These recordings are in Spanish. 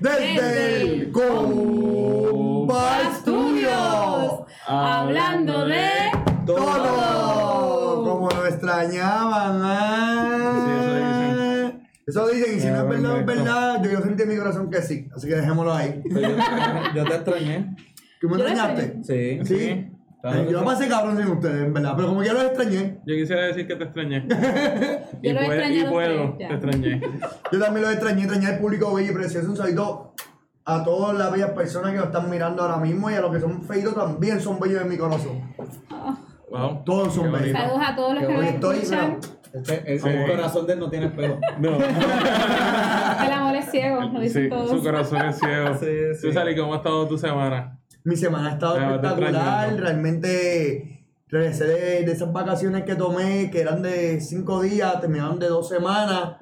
desde el Comba Estudios, hablando de todo. todo. Como lo extrañaban, ¿eh? Eso dicen, y si no es verdad, es Correcto. verdad. Yo, yo sentí en mi corazón que sí, así que dejémoslo ahí. Pero Pues yo, yo te extrañé. ¿Tú me Yo lo extrañaste? extrañé. Sí. Sí. Claro Eh, que yo sí. la pasé cabrón sin ustedes, en verdad, pero como que ya los extrañé, Yo quisiera decir que te extrañé. Yo y, lo pue- extrañé y a puedo, ustedes ya. te extrañé. yo también los extrañé, extrañé al público bello y precioso, un saludo a todas las bellas personas que nos están mirando ahora mismo y a los que son feitos también son bellos en mi corazón. Wow. Todos son Qué bellos. bonito. Saludos a todos los Qué que nos bonito, Estoy, escuchan. pero- Este- el, Sí. el corazón de él no tiene pelo. No. El amor es ciego, lo dicen Sí, todos. su corazón es ciego. Sí, sí. Tú, Sally, ¿cómo ha estado tu semana? Mi semana ha estado Ah, te espectacular, extrañando. realmente regresé de, de esas vacaciones que tomé, que eran de cinco días, terminaron de dos semanas,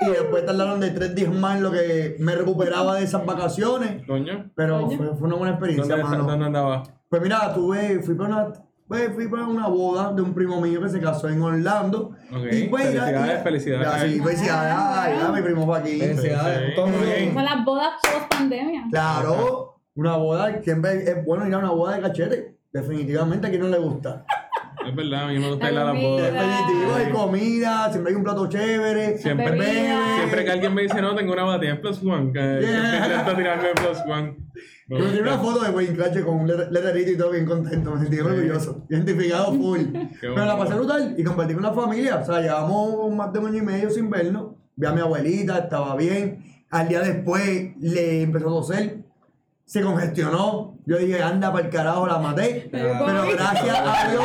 y después tardaron de tres días más en lo que me recuperaba de esas vacaciones, Coño. pero Coño. fue, fue una buena ¿Dónde, experiencia, mano. dónde andabas? Pues mira, tuve, fui para una, pues, fui para una boda de un primo mío que se casó en Orlando. Ok, pues, y la- felicidades, y- felicidades. Ya, sí, felicidades, ay, ya, mi primo Joaquín. Felicidades. Sí. Todo Muy bien. Son las bodas post pandemia. Claro, una boda, siempre es bueno ir a una boda de cachete. Definitivamente a quien no le gusta. Es verdad, a mí me gusta ir a las Ay, bodas. mira. Definitivo, hay comida, siempre hay un plato chévere. Siempre. Bebida. Siempre que alguien me dice, no, tengo una batida en Plus One. Que que Yeah. me encanta tirarme en Plus One. Me Yo me tiré gusta. una foto de Wayne Crash con un let- letrerito y todo bien contento, me sentí orgulloso, identificado full. Pero la pasé brutal y compartí con la familia, o sea, llevamos más de un año y medio sin vernos. Vi a mi abuelita, estaba bien. Al día después le empezó a toser, se congestionó. Yo dije, anda para el carajo, la maté. Me dio Pero COVID. gracias a Dios,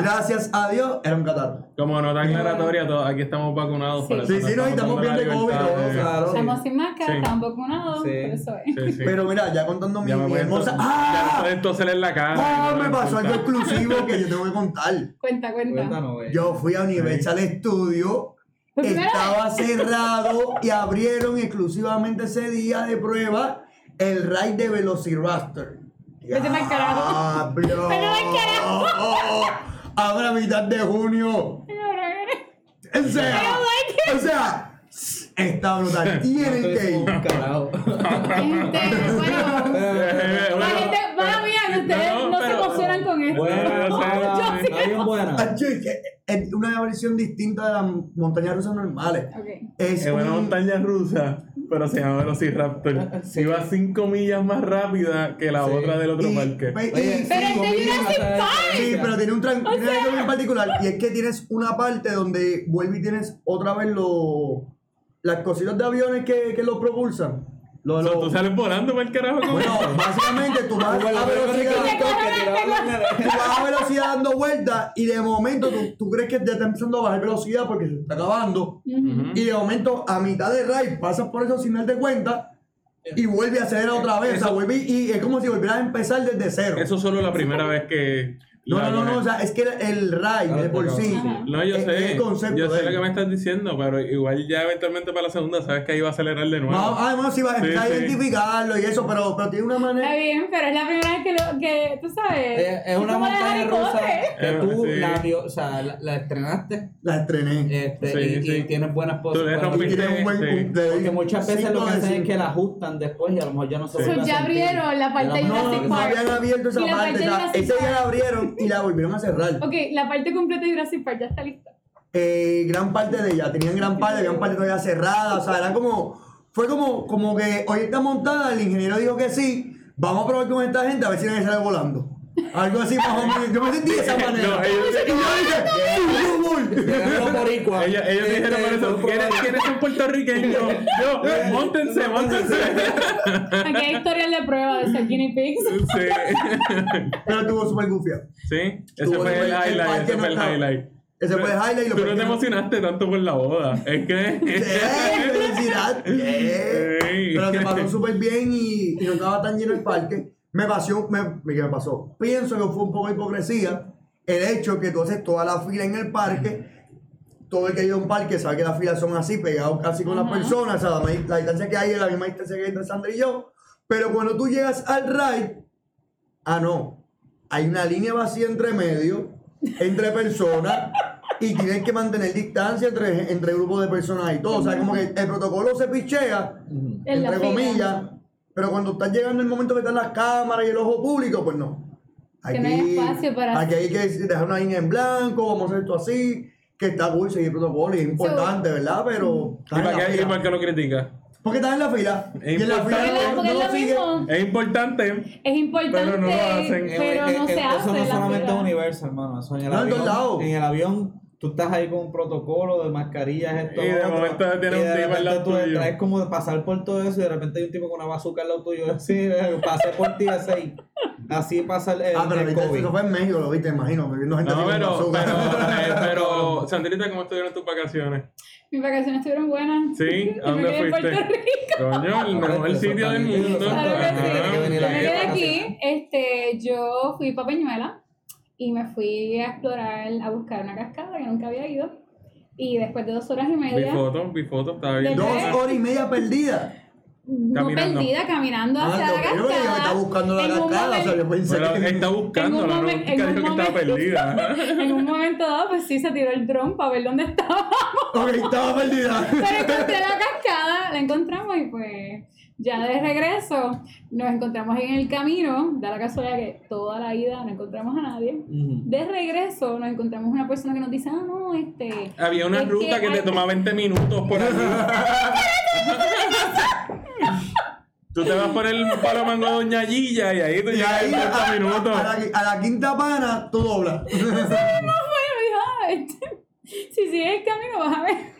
gracias a Dios, era un catarro. Como nota aclaratoria, todo- aquí estamos vacunados. Sí. para Sí, sí, no, y estamos bien de COVID, todos, claro. Estamos sin máscara, eh. Sí. estamos vacunados, Sí. por eso es. Sí, sí. Pero mira, ya contando mi, ya me mi voy hermosa. entonces- Ya ¡Ah! me entonces en la cara. ¡Ah! No Me pasó algo importa. exclusivo que yo tengo que contar. Cuenta, cuenta. Cuéntanos, güey. Yo fui a Universal Studio, Por primera estaba cerrado y abrieron exclusivamente ese día de prueba el ride de Velociraptor. Vete pa'l carajo. ¡Diablo! Vete pa'l carajo. Ahora a mitad de junio. O sea, I don't like o sea, está brutal. Tienen Esto que es ir. un carajo. Gente, Este, bueno. Eh, La bueno. gente, mala mía, que ustedes no, se pero- emocionan con esto. Buena, Yo mala, sí. está bien buena. Ah, yo, es que es una versión distinta de las montañas rusas normales. Ok. Es Es una un- montaña rusa, pero se llama Velociraptor. Sí. Iba 5 millas más rápida que la Sí. otra del otro y- parque. ve- y- Oye, sí, Pero cinco este millas, Jurassic o sea, Park. sí, pero tiene un tran- tiene algo bien particular. Y es que tienes una parte donde vuelve y tienes otra vez los las cositas de aviones que, que los propulsan. Los- O sea, los- tú sales volando para el carajo con Bueno, básicamente tú vas Como a la película de velocidad. TikTok que tiraba la nena. Tú vas a velocidad dando vueltas y de momento tú, tú crees que te está empezando a bajar velocidad porque se está acabando. Ujú. Y de momento, a mitad de ride, pasas por eso sin darte cuenta y vuelve a acelerar otra vez. o sea, vuelve y y es como si volvieras a empezar desde cero. Eso solo la primera vez que. no, la- no, no, no, o sea, es que el ride de por sí. Ajá. No, yo es- es sé. el concepto Yo de sé él. lo que me estás diciendo, pero igual ya eventualmente para la segunda sabes que ahí va a acelerar de nuevo. No, ah, bueno, sí, va Sí, a sí. identificarlo y eso, pero, pero tiene una Está manera. bien, pero es la primera vez que, lo, que tú sabes. Es es una como la de montaña Harry rusa Potter. que Eh, tú sí. la, dio- o sea, la, la estrenaste La estrené. este, Sí, y, y sí. tienes buenas Tú le posibilidades. Y rompiste- tiene un buen. sí. un- de- Porque muchas veces cinco lo que de hacen es cinco. que la ajustan después y a lo mejor ya no se Sí. vuelve a So, ya sentir. abrieron la parte Ya de la- No, Jurassic no Park. habían abierto esa Y la parte. parte o sea, Jurassic ese día la Park. abrieron y la volvieron a cerrar. Ok, la parte completa de Jurassic Park ya está lista. eh, gran parte de ella, tenían gran parte, gran parte todavía cerrada, o sea, era como, fue como, como que hoy está montada, el ingeniero dijo que sí, vamos a probar con esta gente a ver si nadie sale volando. Algo así más o menos, yo me sentí de esa manera. No, ellos- y yo dije, "Sí, voy, voy". Llegaron los ah, boricuas. Ellos, ellos Este, dijeron por eso, fue por ¿quiénes, ahí. quiénes son puertorriqueños? Yo, montense, montense. Aquí hay historias de prueba de ser guinea pigs. Sí. Pero estuvo súper gufia. Sí, ese Estuvo fue el súper- el highlight, parque ese no fue el estaba- highlight. ese fue el highlight y lo Tú no perdí. te emocionaste tanto por la boda, es Sí, que... felicidad. sí. Pero se pasó súper bien y, y no estaba tan lleno el parque. Me pasó, me, me- ¿qué me pasó? Pienso que fue un poco de hipocresía el hecho que tú haces toda la fila en el parque. Todo el que ha ido a un parque sabe que las filas son así, pegados casi con las personas. O sea, la, ma- la distancia que hay es la misma distancia que hay entre Sandra y yo. Pero cuando tú llegas al ride, ah, no, hay una línea vacía entre medio, entre personas, y tienes que mantener distancia entre, entre grupos de personas y todo. O sea, como que el protocolo se pichea, Ujú. En la entre fila. comillas, Pero cuando estás llegando el momento que están las cámaras y el ojo público, pues no. Que no hay espacio para- Aquí hay que dejar una línea en blanco, vamos a hacer esto así, que está cool seguir protocolo y es importante, ¿verdad? Pero. ¿Y para estás en qué, y la fila. para qué lo critica? Porque estás en la fila. Es y en la fila importante. no- Porque es no lo sigue- mismo. Es importante. Es importante, Pero no lo hacen. pero Eh, no eh, se hace. Eso no la solamente es fila. Universal, hermano. Eso en el No, en avión. todos lados. En el avión, tú estás ahí con un protocolo de mascarillas, esto. Y de otro, momento tiene y un tipo de al repente lado tú tuyo. traes como de pasar por todo eso y de repente hay un tipo con una bazooka al lado tuyo. Así, eh, pasé por ti a seis. Así pasa el, el- Ah, pero el viste, COVID. eso fue en México, lo viste, imagino. Viviendo gente No, así con pero, bazooka. pero, eh, pero, Sandrita, ¿cómo estuvieron tus vacaciones? Mis vacaciones estuvieron buenas. ¿Sí? ¿A Yo dónde me quedé en fuiste? Puerto Rico. Coño, el mejor Eso sitio del también, mundo. eso Claro que sí. Ajá. Tiene que venir Yo me la quedé guerra, aquí, este, yo fui para Peñuela y me fui a explorar, a buscar una cascada que nunca había ido. Y después de dos horas y Vi media, fotos, vi fotos, estaba bien. De Dos ¿Eh? horas y media perdida. no Caminando. perdida, caminando hacia Ah, la yo pensé que cascada. está buscando la en un cascada, o sea, momento- yo pensé Pero que- está buscándola, no momen- Nunca en un dijo que estaba momento. perdida. ajá. en un momento dado, pues sí, se tiró el dron para ver dónde estaba. Ok, estaba perdida. Pero encontré la cascada, la encontramos y pues ya de regreso nos encontramos en el camino. Da la casualidad que toda la ida no encontramos a nadie. Ujú. De regreso nos encontramos una persona que nos dice, ah, no, este... Había una Es que ruta que, te hay- tomaba 20 minutos por allí. Tú te vas por el palo mango de Doña Gilla y ahí te Y llegas ahí, en a, 30 minutos. a la, a la quinta pana, tú doblas. Bueno, me dijo, ah, este, si sigues el camino vas a ver.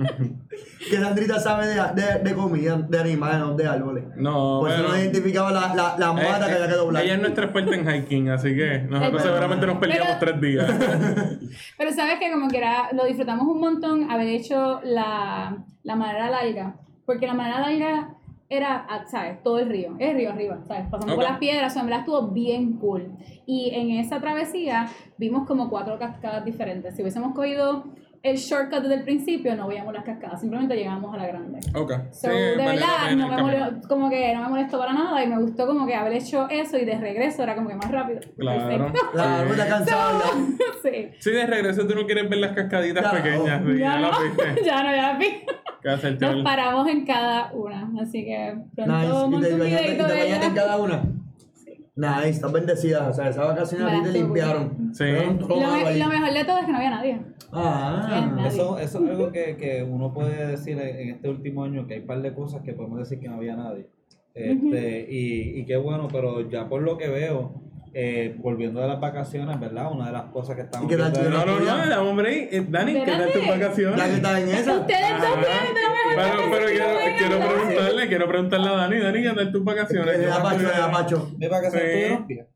que Sandrita sabe de, de, de comida, de animales, no de árboles. No, Por eso pero- Pues no identificaba la, la, la Eh, mata que eh, había que doblar. Ella es nuestra experta en hiking, así que nosotros Pero- seguramente nos peleamos pero- tres días. Pero sabes que como que era, lo disfrutamos un montón haber hecho la, la manera larga, porque la manera larga era, ah, ¿sabes? Todo el río, el río arriba, ¿sabes? Pasando Ok. por las piedras, o sea, en verdad estuvo bien cool. Y en esa travesía vimos como cuatro cascadas diferentes. Si hubiésemos cogido el shortcut desde el principio, no veíamos las cascadas, simplemente llegamos a la grande. ok. sí, So, de vale la verdad, pena no el me, camino. mole- como que no me molestó para nada y me gustó como que haber hecho eso y de regreso era como que más rápido. Claro. Perfecto. La Sí. ruta cansada. ya. sí. Sí, de regreso tú no quieres ver las cascaditas Ya, oh. pequeñas. sí, ya no, las viste. ya no, ya la vi. Que hace el Nos chaval. paramos en cada una, así que pronto Nice. Y monto te un bañaste, y videito te de bañaste en ella. cada una. Nice, estás bendecida. O sea, esa vacación a ti te Brazo, limpiaron. Sí. Fueron Y lo, tomados me- y ahí. lo mejor de todo es que no había nadie. Ah, Bien, Eso, eso es algo que, que uno puede decir en en este último año, que hay un par de cosas que podemos decir que no había nadie. Este, y, y qué bueno, pero ya por lo que veo, eh, volviendo de las vacaciones, ¿verdad? Una de las cosas que estamos ¿Y qué tal viendo- No, no, no, dame un break. Eh, Dani, ¿qué tal tus Espérate. ya que vacaciones? estás en esa. Ustedes Ajá. dos tienen de lo Pero, mejor. de Ah, pero vacaciones quiero, que quiero tengan. preguntarle, quiero preguntarle a Dani, Dani, ¿qué tal tus vacaciones? Eh, Le Yo da pacho, me le fui a- da pacho. Mis vacaciones Sí. estuvieron bien.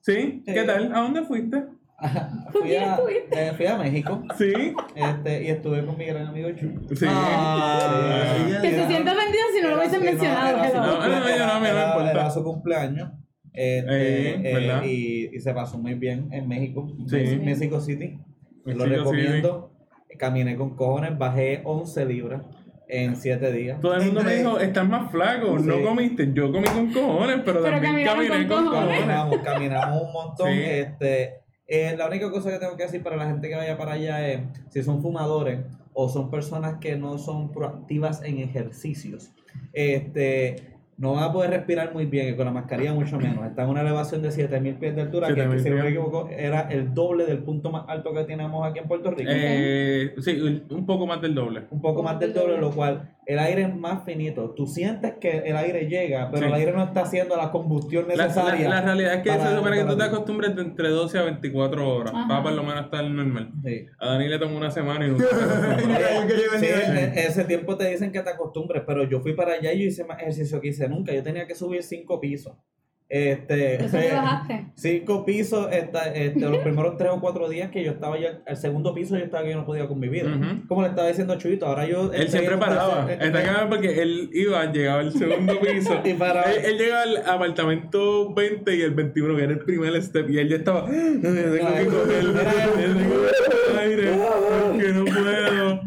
¿Sí? ¿Qué Sí. tal? ¿A dónde fuiste? Fui quién a, estuviste? eh, fui a México ¿Sí? este, y estuve con mi gran amigo Chu. Sí. Ah, Sí. sí, Que se ya. sienta ofendido si no lo Era- hubiesen era- mencionado. era su hello. No, no, cumplea- yo no, a mí no me era- importa. era su cumpleaños. este, Eh, eh, ¿verdad? y, y se pasó muy bien en México, Sí. en México City. Mexico Lo recomiendo. Caminé con cojones, bajé 11 libras en 7 días. Todo el mundo me Entre- dijo, estás más flaco, no Sí. comiste. Yo comí con cojones, pero, Pero también caminaron caminé con con cojones. Caminamos, caminamos un montón. Sí. Este, eh, la única cosa que tengo que decir para la gente que vaya para allá es, si son fumadores o son personas que no son proactivas en ejercicios, este, no van a poder respirar muy bien y con la mascarilla mucho menos. Está en una elevación de 7.000 pies de altura, que 7,000 si no me pies. equivoco era el doble del punto más alto que tenemos aquí en Puerto Rico. Eh, sí, un- un poco más del doble. un poco más del doble, lo cual el aire es más finito. Tú sientes que el aire llega, pero Sí. el aire no está haciendo la combustión La, la- necesaria. la realidad es que para- se supone que tú te para- acostumbres de entre 12 a 24 horas. Ajá. Para por lo menos estar normal. Sí. A Dani le tomó una semana y nunca se acostumbró. Yo quería Sí, venir. en ese tiempo te dicen que te acostumbres, pero yo fui para allá y yo hice más ejercicio que hice nunca. Yo tenía que subir cinco pisos. Este, Eso te bajaste. cinco pisos, esta- este, los primeros tres o cuatro días que yo estaba ya, al segundo piso yo estaba que yo no podía con mi vida. Ujú. Como le estaba diciendo a Chuito, ahora yo... Él siempre paraba. Está cagado porque él iba, llegaba al segundo piso. este, eh, Y paraba. Él, él llegaba al apartamento 20 y el 21, que era el primer step. Y él ya estaba. "Ah, Tengo que coger el aire. Porque no puedo.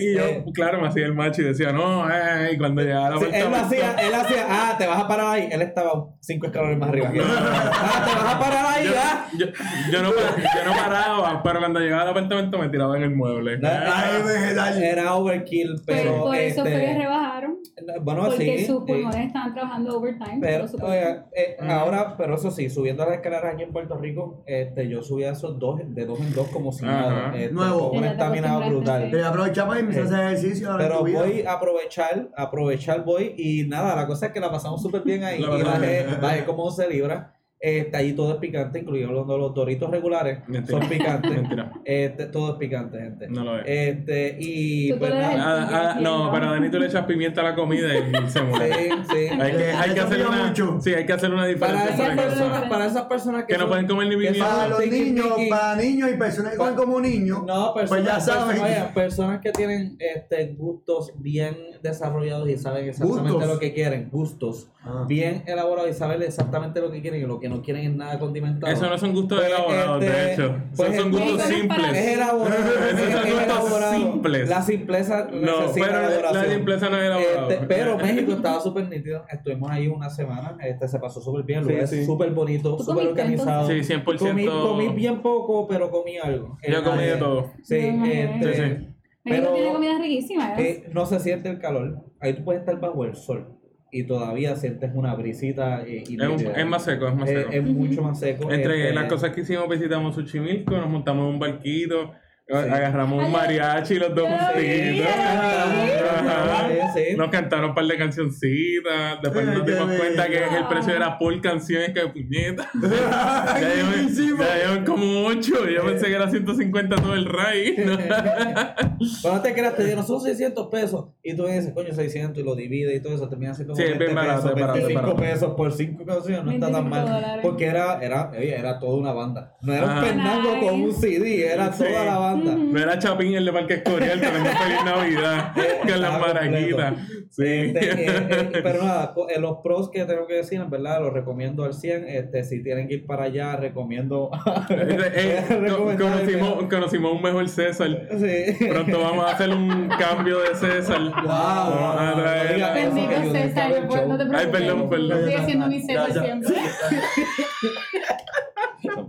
Y yo, claro, me hacía el macho y decía, no, eh", y cuando llegaba al Eh. Sí, él, lo apartamento. hacía, él hacía, ah, te vas a parar ahí. Él estaba cinco escalones más arriba. que yo. ah, te vas a parar ahí, Yo, ah. yo, yo no, par- yo no paraba, pero cuando llegaba al apartamento me tiraba en el mueble. No, Ay, vegetal. Era overkill, pero... Pues, Por- por eso este, fue que rebajaron. No, bueno, porque sí. sus sí. pulmones estaban trabajando overtime. Pero, su cuerpo- oiga, eh, Ujú. ahora, pero eso sí, subiendo las escaleras aquí en Puerto Rico, este, yo subía esos dos, de dos en dos como si nada. Ajá. este, Nuevo. Con una Ya te estamina acostumbraste, brutal. sí. Te aprovecha para empezar a hacer ejercicio ahora en Pero tu vida. voy a aprovechar, aprovechar voy y nada, la cosa es que la pasamos súper bien ahí. La y pasamos bajé, bien. bajé como 11 libras. Este, allí todo es picante, incluido los, los doritos regulares. Mentira. Son picantes. Mentira. Este, todo es picante, gente. No lo es. Este, y Tú pues toleras nada. Ah, ah, ah, no, pero a Dani tú le echas pimienta a la comida y se muere. Sí, sí. Hay que, hay que Eso hacer pilla una, mucho. sí, hay que hacer una Para diferencia. esas para que- personas, para esas personas que, Que no son- pueden comer ni que vivir. son Para los tiki, niños, tiki. para niños y personas que Pa- son como niños. No, personas, Pues ya saben. personas- oye, personas que tienen este, gustos bien desarrollados y saben exactamente Gustos. lo que quieren, gustos Ah. bien elaborados y saben exactamente lo que quieren y lo que no quieren es nada condimentado. Eso no son gustos Pues, elaborados, de este, hecho. Esos pues, son gustos Eso no es para simples. es elaborado. es, Esos son es gustos elaborado. simples. La simpleza No, necesita pero la- la elaboración. simpleza no es elaborada. Este, pero México estaba súper nítido. Estuvimos ahí una semana. Este, se pasó súper bien. El Sí, lugar sí. es súper bonito, ¿Tú súper comiste, organizado. Sí, 100%. pues, Comí, comí bien poco, pero comí algo. Yo comí de Eh, todo. Sí, Me Sí, este, sí. México pero- tiene comida riquísima, ¿eh? eh, no se siente el calor. Ahí tú puedes estar bajo el sol y todavía sientes una brisita. eh, y Es, un- nítida. es más seco, es más Eh, seco. es mucho más seco. Entre este, las cosas que hicimos, visitamos Xochimilco, nos montamos en un barquito, agarramos un Ay, mariachi los dos yo lo vi, yo juntitos. lo vi. Ajá. Sí, sí. Nos cantaron un par de cancioncitas, después Ay, nos qué dimos cuenta que bello. el precio era por canciones que puñeta. Ay, Ya llevan, buenísimo. ya llevan como 8, Eh. yo pensé que era 150 todo el ride. Cuando te creas, te dieron son 600 pesos y tú dices, coño, 600 y lo divides y todo eso, termina siendo como Sí, es bien barato, pesos, es barato, es 25 barato. pesos por 5 canciones, no está tan 25 mal. dólares. Porque era, era, oye, era toda una banda. No era Ajá. un pendango con un Nice. CD, era Sí. toda la banda. No era Chapín el de Parque Escorial, pero no feliz Navidad con las Estaba maraquitas. Sí. Este, eh, eh, pero nada, co- eh, los pros que tengo que decir, en verdad, los recomiendo al 100. Este, si tienen que ir para allá, recomiendo. Eh, eh, co- recomendar el conocimos, conocimos un mejor César. Sí. Pronto vamos a hacer un cambio de César. Vamos a traer- Diga Ah, eso, Bendito que yo César, estaba en yo- no te show. preocupes. Ay, perdón, perdón. Yo Estoy haciendo mi Ya, César ya. siempre. No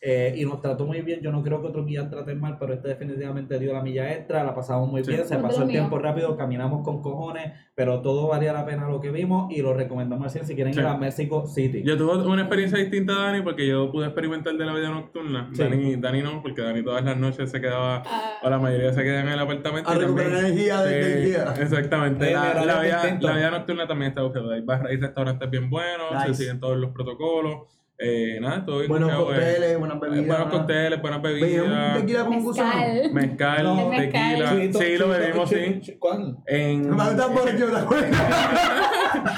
eh, y nos trató muy bien. Yo no creo que otros guías traten mal, pero este definitivamente dio la milla extra, la pasamos muy Sí. bien, se Otro pasó el mío. tiempo rápido, caminamos con cojones, pero todo valía la pena lo que vimos y lo recomendamos así si quieren Sí. ir a Mexico City. Yo tuve una experiencia distinta a Dani porque yo pude experimentar de la vida nocturna. Sí. Dani, Dani no, porque Dani todas las noches se quedaba, Ah. o la mayoría se quedaba en el apartamento. A y recuperar también- energía de- Sí, del día. Exactamente. Oye, La, mira, la algo vida, distinto. la vida nocturna también está buscando. Hay barras y restaurantes bien buenos, se Nice. siguen todos los protocolos. Eh, nada, todo bien. Buenos chao, eh. cócteles, buenas bebidas. buenos buenas- cócteles, buenas Oye, un bebidas. tequila con gusano. Mezcal. Mezcal, No. tequila. Chulito, sí, lo chulito, bebimos, chul- sí. chul- ¿Cuándo? En, Me gusta por aquí, ¿te acuerdas?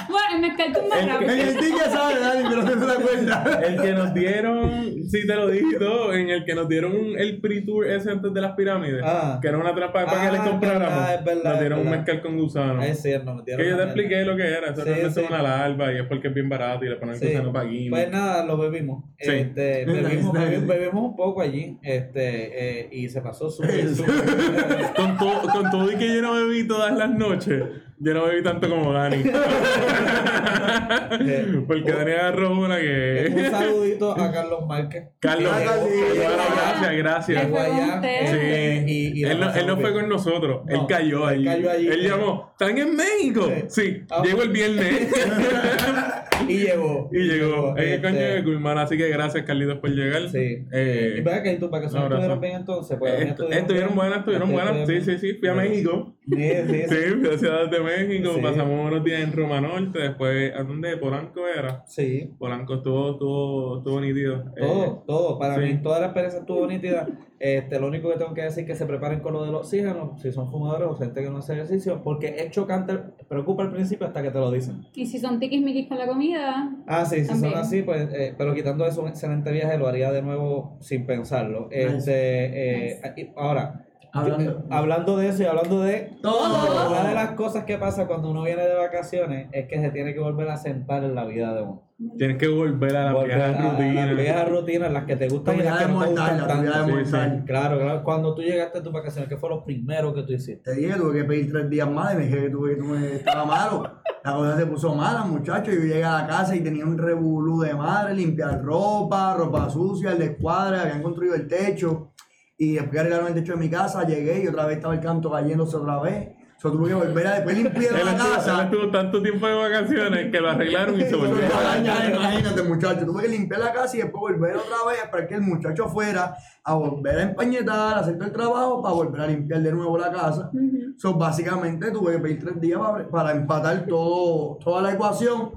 Bueno, el mezcal tú más El- En rápido. el ticket sabe, Dani, pero no te acuerdas. el que nos dieron, sí te lo dije y todo, en el que nos dieron un- el pre-tour ese antes de las pirámides, Ah. que era una trampa para Ah, que le es compráramos. verdad, es verdad, nos es dieron un verdad. mezcal con gusano. Ah, es cierto, me dieron que yo te la pena. expliqué lo que era, eso Sí, realmente sí. es una larva y es porque es bien barato y le ponen Sí. gusano para guinda. Pues nada, lo bebimos. Sí. Este, bebimos, Nice, nice. bebi- bebimos un poco allí este, eh, y se pasó súper, Sí. súper. Con, todo, con todo y que yo no bebí todas las noches, yo no bebí tanto como Dani. Eh, porque Dani agarró una un que... saludito a Carlos Márquez. Carlos, Ah, sí. bueno, gracias, gracias. Él fue con ustedes. este, Sí. y- y la él, no, él no pasamos fue bien. con nosotros, No, él cayó él allí. cayó allí. Él llamó, ¿están en México? Sí, Sí. Ah, llegó el viernes Y llegó. y llegó. Es Este, coño de Guzmán, así que gracias Carlitos por llegar. Sí. Eh, y para que tú, para que un abrazo. estuvieron bien entonces. Pues, eh, bien, estu- estuvieron bien. buenas, estuvieron buenas. Sí, sí, sí, fui a México. bien. Sí, sí, Sí, fui a Ciudad de México, Sí. pasamos unos días en Roma Norte, después, ¿a dónde? Polanco era. sí. Polanco estuvo, estuvo, estuvo nítido. Eh, Todo, todo. Para sí. mí, toda la experiencia estuvo nítida. Este, lo único que tengo que decir es que se preparen con lo del oxígeno, si son fumadores o gente que no hace ejercicio, porque es chocante, preocupa al principio hasta que te lo dicen. Y si son tiquismiquis con la comida, Ah, sí, si son También. así, pues, eh, pero quitando eso, un excelente viaje, lo haría de nuevo sin pensarlo. Nice. Este, eh, y- Ahora, yo- eh, Hablando. hablando de eso y hablando de Todo. una de las cosas que pasa cuando uno viene de vacaciones es que se tiene que volver a sentar en la vida de uno. Tienes que volver a la Volver vieja a- a rutina. Las viejas rutinas, las que te La gustan y las comida que de no te mortal, gustan la tanto. comida de sí, mortal. Claro, claro. Cuando tú llegaste a tus vacaciones, ¿qué fue lo primero que tú hiciste? Te dije, tuve que pedir tres días más y me dije que tuve que tuve- estaba malo. La cosa se puso mala, muchachos. Yo llegué a la casa y tenía un revolú de madre, limpiar ropa, ropa sucia, el descuadre, habían construido el techo. Y después que arreglaron el techo de mi casa, llegué y otra vez estaba el canto cayéndose otra vez. Yo tuve que volver a después limpiar Él la estuvo, él casa. estuvo tanto tiempo de vacaciones que lo arreglaron y se volvió Ya, a dañar. Imagínate, muchacho, tuve que limpiar la casa y después volver otra vez para que el muchacho fuera a volver a empañetar, a hacer todo el trabajo para volver a limpiar de nuevo la casa. Ujú. So, básicamente tuve que pedir tres días para, para empatar todo, toda la ecuación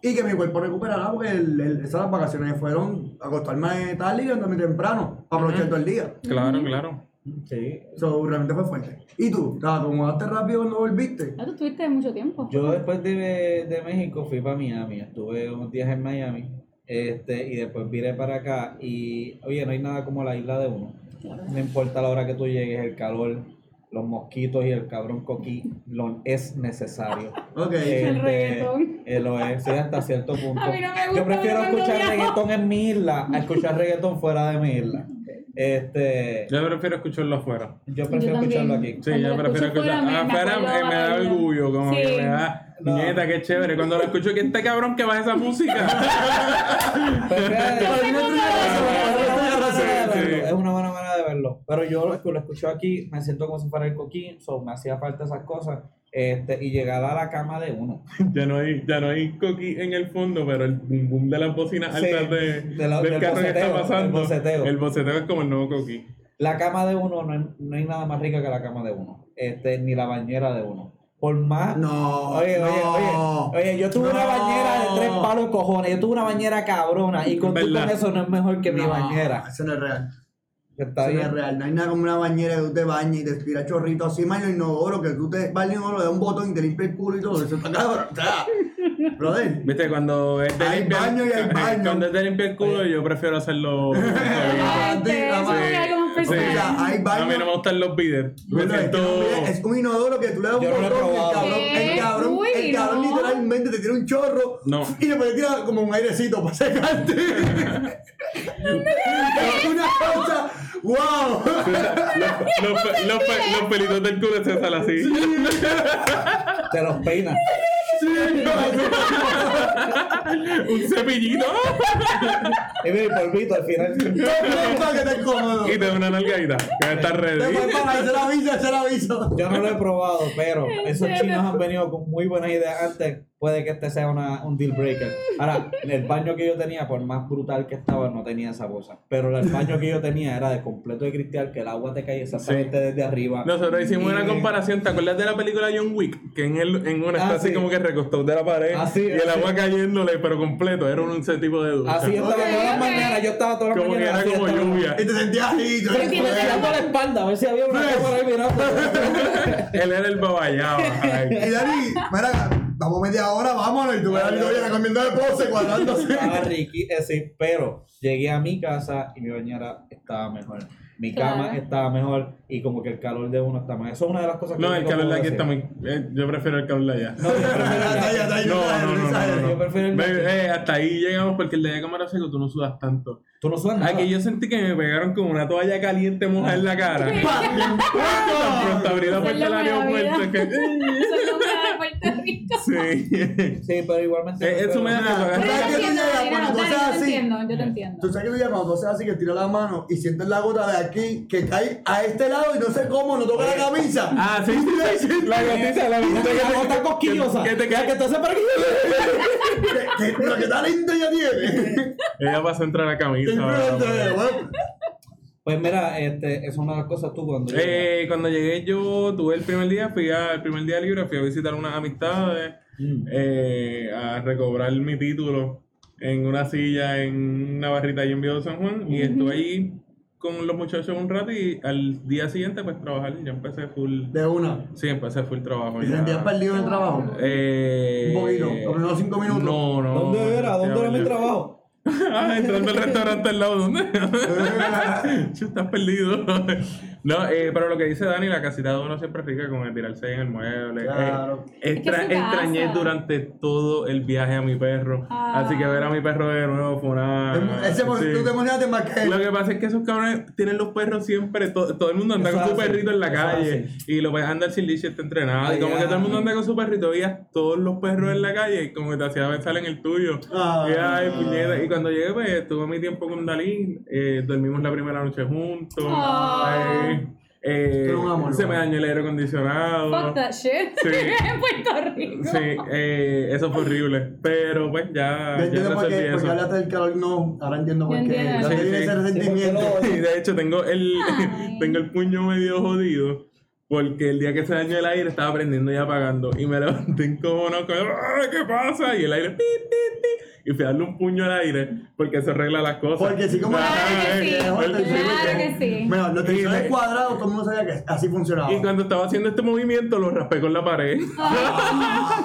y que mi cuerpo recuperara porque el- el- esas vacaciones fueron a acostarme tarde y levantarme temprano para aprovechar todo el día. Claro, claro. Sí. So, realmente fue fuerte. ¿Y tú? ¿Te acomodaste rápido cuando volviste? Ah, tú estuviste mucho tiempo. Yo después de, de México fui para Miami, estuve unos días en Miami, este, y después vine para acá y, oye, no hay nada como la isla de uno. No importa la hora que tú llegues, el calor, los mosquitos y el cabrón coquí, lo es necesario. Ok. Este, El reggaetón. eh, lo es, sí, hasta cierto punto. A mí no me gusta Yo prefiero cuando escuchar viajo. reggaetón en mi isla a escuchar reggaetón fuera de mi isla. Este, Yo prefiero escucharlo afuera. yo prefiero escucharlo aquí. Sí, Cuando yo lo prefiero escucho fuera, escuchar. me- me afuera me, acuerdo me da varias. orgullo, como Sí. que me da. No. Nieta, qué chévere. Cuando lo escucho, que este cabrón que baja esa música. Prefiero- Sí. Es una buena manera de verlo. Pero yo lo, lo escucho aquí, me siento como si fuera el coquín, so, me hacía falta esas cosas. Este, y llegar a la cama de uno. ya, no hay, ya no hay coqui en el fondo, pero el boom boom de las bocinas Sí, altas de, de la- del, del carro que está boceteo, del pasando. boceteo. El boceteo es como el nuevo coqui. La cama de uno no, hay- no hay nada más rica que la cama de uno. Este, ni la bañera de uno. Por más. No. Oye, oye, no. oye, oye, yo tuve una No. bañera de tres palos cojones, yo tuve una bañera cabrona y con, tú ¿Verdad? con eso no es mejor que mi No, bañera. Eso no es real. Está Eso no bien. es real. No hay nada como una bañera que tú te bañes y te tira chorrito así, más en el inodoro, que tú te bañes en el inodoro, le das un botón y te limpia el culo y todo. Eso está cabrón. O sea, brother. Viste, cuando es de Hay limpiar- baño y hay baño. Cuando es de limpiar el culo, yo prefiero hacerlo. Gente, eso Sí, es algo más Sí. personal. hay baño. A mí no me gustan los bidet. Me Bueno, es, que siento. no, mira, es un inodoro que tú le das un Yo no lo he botón y el probado. cabrón, el ¿Qué? cabrón, Uy, el cabrón no. literalmente te tira un chorro No. y después te tira como un airecito para secarte. Es una cosa, wow. Los, los pe- los pe- los pelitos del culo se salen así. Te los peinas. Un cepillito. ¡ah! Y mira, el polvito al final. No pienso que te cómodo. Y te da una nalgadita. Que está ready. Después para hacer aviso, hacer aviso. Yo no lo he probado, pero esos serio? chinos han venido con muy buenas ideas antes. Puede que este sea una, un deal breaker. Ahora, el baño que yo tenía, por más brutal que estaba, no tenía esa cosa. Pero el baño que yo tenía era de completo de cristal, que el agua te caía exactamente desde arriba. Nosotros hicimos una Y- comparación, ¿te acuerdas de la película John Wick? Que en, el, en una Ah, está así sí. como que recostado de la pared Ah, sí, y el ah, agua cayéndole, pero completo, era un ese tipo de ducha. Así yo estaba Ok, todas las ok. mañanas, yo estaba todas las como que mañanas. era así como estaba- lluvia. Y te sentías ahí. tú eres Sí, sí, sí. Mirando la espalda, a ver si había una cámara ahí mirando. Él era el babayao. ay. Y Dani, mira, damos media hora, vámonos. Y tú verás el doble cambiando de pose, cuadrándose. Estaba riqui, eh, sí, pero llegué a mi casa y mi bañera estaba mejor. Mi Claro. cama estaba mejor y como que el calor de uno está mejor. Eso es una de las cosas que No, yo el no calor de puedo aquí decir. está muy. eh, yo prefiero el calor de allá. No, yo prefiero el Hasta ahí, hasta ahí, No, hasta ahí, no, no, hasta ahí. no, no, Yo prefiero el Ve- blanco. eh, hasta ahí llegamos porque el de allá cámara seco tú no sudas tanto. Tú no suenas. Aquí yo sentí que me pegaron con una toalla caliente mojada en la cara. ¡Pa! Tan Pronto abrí la Esa es puerta la del buena aeropuerto. vida. que- Eso es lo que da de Puerto Rico. Sí. Sí, pero igualmente. Eh, eso me da- Tú Pero sabes yo que tú entiendo, llegas Dani, cuando no, tú Dani, haces yo te así. entiendo, yo te entiendo. Tú sabes que tú llegas cuando tú haces así, que tiras la mano y sientes la gota de aquí, que cae a este lado y no sé cómo, no toca la camisa. Ah, sí, sí, sí. La gotita, la gotita que te está cosquillosa. Que te cae, que te hace para ¿Qué- qué- Pero qué talento ella tiene. Ella pasó a entrar a la Y camisa. pronto, bueno, Pues mira, este, eso es una de las cosas tú cuando. Eh, cuando llegué yo, tuve el primer día, fui a- el primer día libre, fui a visitar unas amistades, Mm. eh, a recobrar mi título en una silla, en una barrita ahí en Viejo San Juan, y estuve ahí con los muchachos un rato y al día siguiente pues trabajar, ya empecé full, De una. sí, empecé full trabajo. ¿Te ya. sentías perdido en el trabajo? Eh, Un poquito, los primeros cinco minutos. No, no. ¿Dónde era? ¿Dónde era mi yo- trabajo? Ah, entrando al restaurante al lado, ¿dónde? Chu, Estás perdido. No, eh, pero lo que dice Dani, la casita de uno siempre es rica con el tirarse en el mueble. Claro. Eh, Es que extra- es su casa. extrañé durante todo el viaje a mi perro. Ah. Así que ver a mi perro de nuevo fue una. Ese Ah, sí. momento tú te emocionaste más que Lo que pasa es que esos cabrones tienen los perros siempre, to- todo el mundo anda Eso con su hacen, perrito en la eso calle hacen. y lo ves andar sin leash, está entrenado y como Ay, que todo el mundo ay. anda con su perrito, veías todos los perros en la calle y como que te hacía pensar en el tuyo. Ay. y, ay, puñeta. y cuando llegué, pues tuve mi tiempo con Dalí, eh, dormimos la primera noche juntos. Ay. Ay, eh, Pero un amor, se ¿no? me dañó el aire acondicionado. Fuck that shit. Sí. en Puerto Rico. Sí, eh, eso fue horrible. Pero pues ya, Yo ya entiendo por resolví qué, porque eso. hablaste del calor, no, ahora entiendo por Yo qué. Ya entiendo. te Sí, viene sí. ese resentimiento. Sí, porque Sí, de hecho tengo el, Ay. tengo el puño medio jodido porque el día que se dañó el aire estaba prendiendo y apagando y me levanté en cojones con "Ah, ¿qué pasa? Y el aire pi, pi, pi, y fui a darle un puño al aire porque se arregla las cosas. Porque sí, como- Ajá, Claro que eh, sí, porque- claro que sí. Bueno, los televisores Sí. cuadrados, todo el mundo sabía que así funcionaba. Y cuando estaba haciendo este movimiento lo raspé con la pared.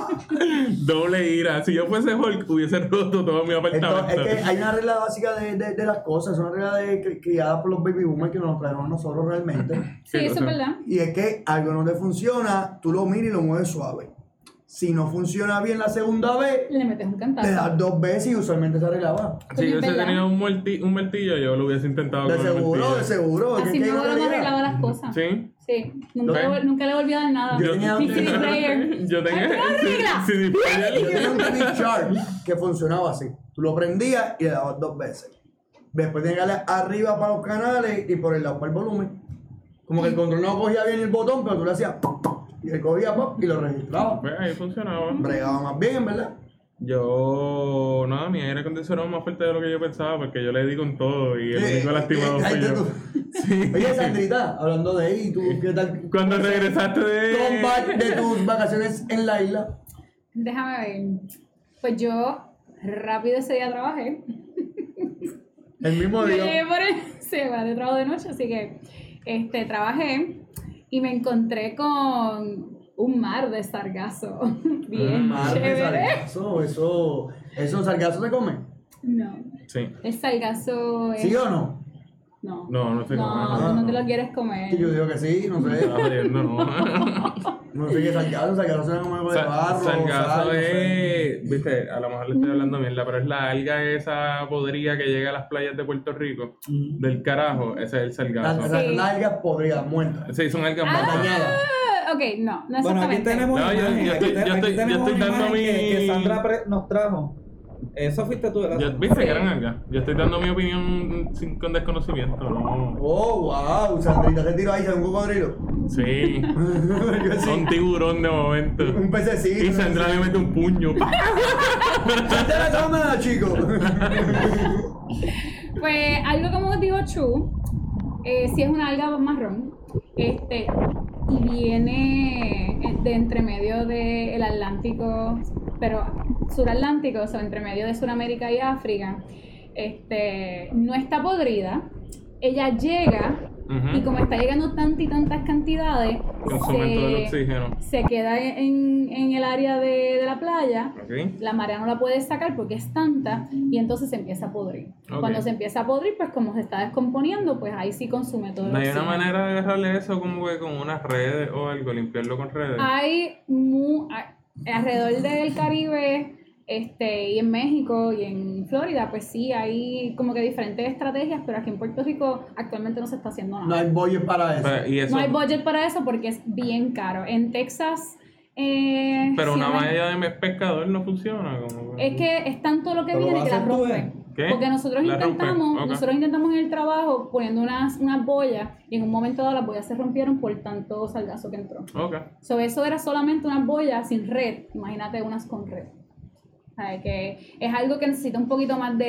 Doble ira. Si yo fuese Hulk hubiese roto todo mi Entonces, apartamento. es que hay una regla básica de, de, de las cosas, es una regla de, cri- criada por los baby boomers que nos trajeron a nosotros realmente. Sí, eso es verdad. Y es que algo no te funciona, tú lo miras y lo mueves suave. Si no funciona bien la segunda vez, Le metes un te cantazo. das dos veces y usualmente se arreglaba. Si Oye, yo es hubiese verdad. tenido un, muerti- un martillo yo lo hubiese intentado De con un seguro, de martillo. seguro. que Así es que mi yo no abuelo me haría. arreglaba las cosas. Sí. Sí. Nunca, Ok. le, vol- nunca le volví a dar nada. Yo tenía Ni un- CD player. Yo tenía. Ay, pero regla. Sí, pues, sí, sí, Yo tenía un Jimmy Sharp que funcionaba así. Tú lo prendías y le dabas dos veces. Después tenías que darle arriba para los canales y por el lado para el volumen. Como que el control no cogía bien el botón, pero tú le hacías pop, pop, y él cogía pop y lo registraba. Pues ahí funcionaba. Bregaba más bien, ¿verdad? Yo, nada, mi aire acondicionado es más fuerte de lo que yo pensaba porque yo le di con todo y el Eh, único eh, lastimado eh, fui ahí te yo. tú. Sí. Oye, Sandrita, hablando de ahí, ¿tú qué tal? Cuando regresaste de. Comeback de tus vacaciones en la isla. Déjame ver. Pues yo rápido ese día trabajé. El mismo Yo día. llegué eh, por el se va de trabajo de noche, así que este trabajé y me encontré con un mar de sargazo. Bien, Madre, chévere. sargazo, eso, eso, sargazo se come. No. Sí. El sargazo es. ¿Sí o no? No. No, no se come, No, no, tú no no. te lo quieres Que yo comer. digo que sí, no sé. Estaba jodiendo, no. No sé qué salgazo, salgazo suena como algo de Sa- barro. sal, Sargazo no sé. es, viste, a lo mejor le estoy hablando mierda, pero es la alga esa podrida que llega a las playas de Puerto Rico, Mm. del carajo, ese es el Las sargazo. las Sí. largas podridas, muertas. Sí, son algas muertas. Dañadas. Ah, ok, no, no Bueno, aquí exactamente. tenemos No, una yo- yo imagen, estoy- aquí te- yo aquí estoy- yo tenemos estoy una dando imagen que, mi- que Sandra pre- nos trajo. Eso fuiste tú, ¿verdad? Yo- Sandra? ¿Viste que eran algas? Yo estoy dando mi opinión sin, con desconocimiento, no. Oh, wow, Sandrita se tiró ahí, se un cocodrilo. Sí. Yo sí, Un tiburón de momento. un pececito. Y Sandra le mete un puño. ¡Salte la cámara, chico! Pues algo como digo Chu, eh, si es una alga marrón, este, y viene eh, de entre medio del Atlántico, pero suratlántico, o sea, entre medio de Sudamérica y África, este, no está podrida. Ella llega Ujú. y como está llegando tantas y tantas cantidades, Consumen todo el oxígeno. se queda en, en el área de, de la playa ¿Ok? la marea no la puedes sacar porque es tanta y entonces se empieza a podrir. Ok. Cuando se empieza a podrir, pues como se está descomponiendo, pues ahí sí consume todo el No hay una oxígeno. manera de agarrarle eso como que con unas redes o algo, limpiarlo con redes. Hay mu- a- alrededor del Caribe este, y en México y en Florida, pues sí, hay como que diferentes estrategias, pero aquí en Puerto Rico actualmente no se está haciendo nada. No hay bolles para eso. Pero- y eso- No hay budget para eso porque es bien caro. En Texas... eh, pero sí una hay- malla de mes pescador no funciona. Como Es que es tanto lo que Pero lo viene que vas la a hacer tú, rompe. ¿eh? ¿Qué? Porque nosotros La rompe, intentamos, ok. nosotros intentamos en el trabajo poniendo unas, unas boyas y en un momento dado las boyas se rompieron por tanto salgazo que entró. Ok. So, eso era solamente unas boyas sin red, imagínate unas con red. ¿Sabe? Que es algo que necesita un poquito más de,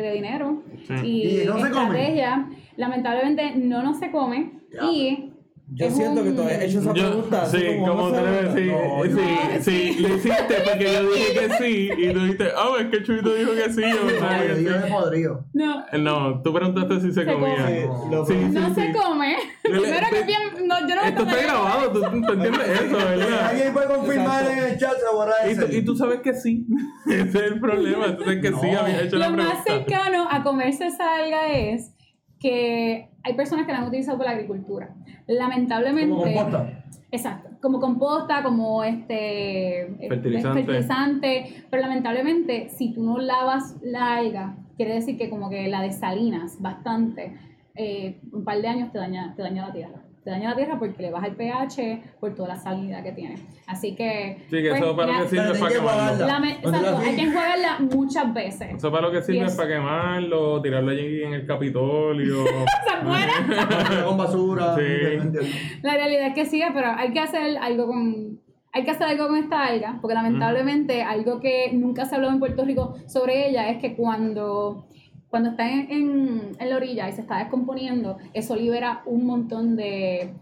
de dinero Sí. y, Y no se come. estrategia. Lamentablemente no, no se come Ya. y Yo Es siento que un- tú has hecho esa Yo- pregunta. así sí, como como te una debes decir. pregunta. sí, sí, lo hiciste porque yo dije que sí y tú dijiste, ah, es que Chuito dijo que sí. yo pensaba Ay, que Dios sí. de podrido. No, No, tú preguntaste si se Se come. comía. Sí, lo- Sí, sí, no se sí. come. Dele, Primero que te- es bien, no, yo no Esto me está tomaría- grabado, tú tú entiendes eso, ¿verdad? Alguien puede confirmar Exacto. en el chat, se borra Y tú, ese. y tú sabes que sí. Ese es el problema. Tú sabes que sí, No. habías hecho la Lo más pregunta. cercano a comerse esa alga es que hay personas que la han utilizado para la agricultura. Lamentablemente. Como composta. Exacto, como composta, como este eh, Fertilizante. fertilizante, pero lamentablemente si tú no lavas la alga, quiere decir que como que la desalinas bastante, eh, un par de años te daña, te daña la tierra. Te daña la tierra porque le baja el pH por toda la salida que tiene. Así que... Sí, que pues, eso para la- lo que sirve Pero es hay para que guardarla. quemarlo. la me- Cuando exacto, la vi- hay que enjuagarla muchas veces. Eso para lo que sirve Yes. es para quemarlo, tirarlo allí en el Capitolio. ¿Se acuerdan? Con basura. Sí. entiendo. La realidad es que sí, pero hay que hacer algo con. Hay que hacer algo con esta alga, porque lamentablemente algo que nunca se habló en Puerto Rico sobre ella es que cuando, cuando está en, en- en la orilla y se está descomponiendo, eso libera un montón de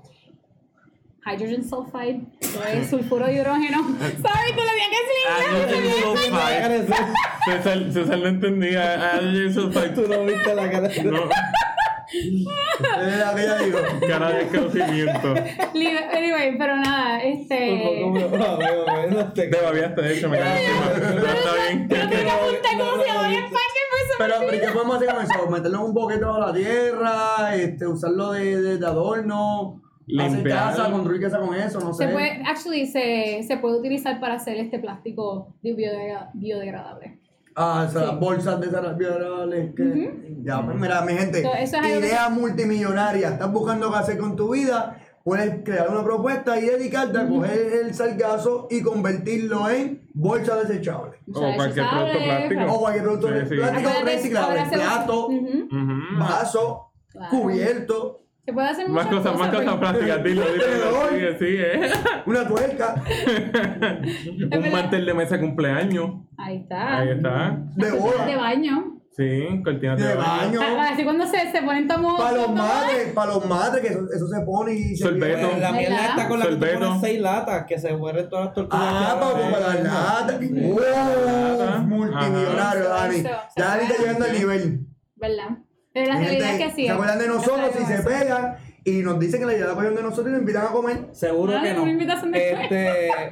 hydrogen sulfide, eso es sulfuro de hidrógeno. Sorry, te lo tenía que Hydrogen decir. sulfide. Viste la cara de César. César, César no entendía. Ah, Jason Fight. Tú no viste la cara de No, Es la que ella dijo. cara de desconocimiento. Libe- Anyway, pero nada, este. Un poco, no, no, no, no te- Te babiaste, de hecho, me quedé encima. Pero está bien. Yo tengo que apuntar cómo se llama en español, Pero, ¿pero ¿qué podemos hacer con eso? Meterle un boquete a la tierra, este, usarlo de, de, de adorno, hacer Limpiar. casa, construir casa con eso, no sé. Se puede, actually, se, se puede utilizar para hacer este plástico de biodegra- biodegradable. Ah, o sea, las bolsas de esas biodegradables que... Ya, pues, mira, mi gente, So, eso es algo que- idea multimillonaria. Estás buscando qué hacer con tu vida, puedes crear una propuesta y dedicarte a coger el sargazo y convertirlo en bolsa desechable. O sea, O cualquier desechable, producto plástico. O cualquier producto Sí, sí. plástico Acuérdate, reciclable, ahora se- plato, Ujú. Ujú. vaso, Claro. cubierto, Se puede hacer Más muchas cosas, más cosas pero- plásticas. Dilo, dilo. Te Sigue, sigue. una tuerca Un mantel de mesa de cumpleaños. Ahí está. Ahí está. de boda. De baño. Sí, cortinas De de baño. baño. Ah, Así cuando se, se ponen tomo. Para los tomo- madres, para los madres, que eso, eso se pone y se Sorbeto. viene. La mierda está con la que tú Sorbeto. pones seis latas que se mueren todas las tortugas. Ah, que para ahora comprar hay. lata. Ajá. ¡Wow! Multimillonario, Ajá. Dani. Eso, eso. Ya Dani está llegando al nivel. ¿Verdad? Pero la realidad es Gente, que sí. ¿eh? Se acuerdan de nosotros y se pegan y nos dicen que la idea la cogieron de nosotros y nos invitan a comer. Seguro Madre, que no. una invitación de Este,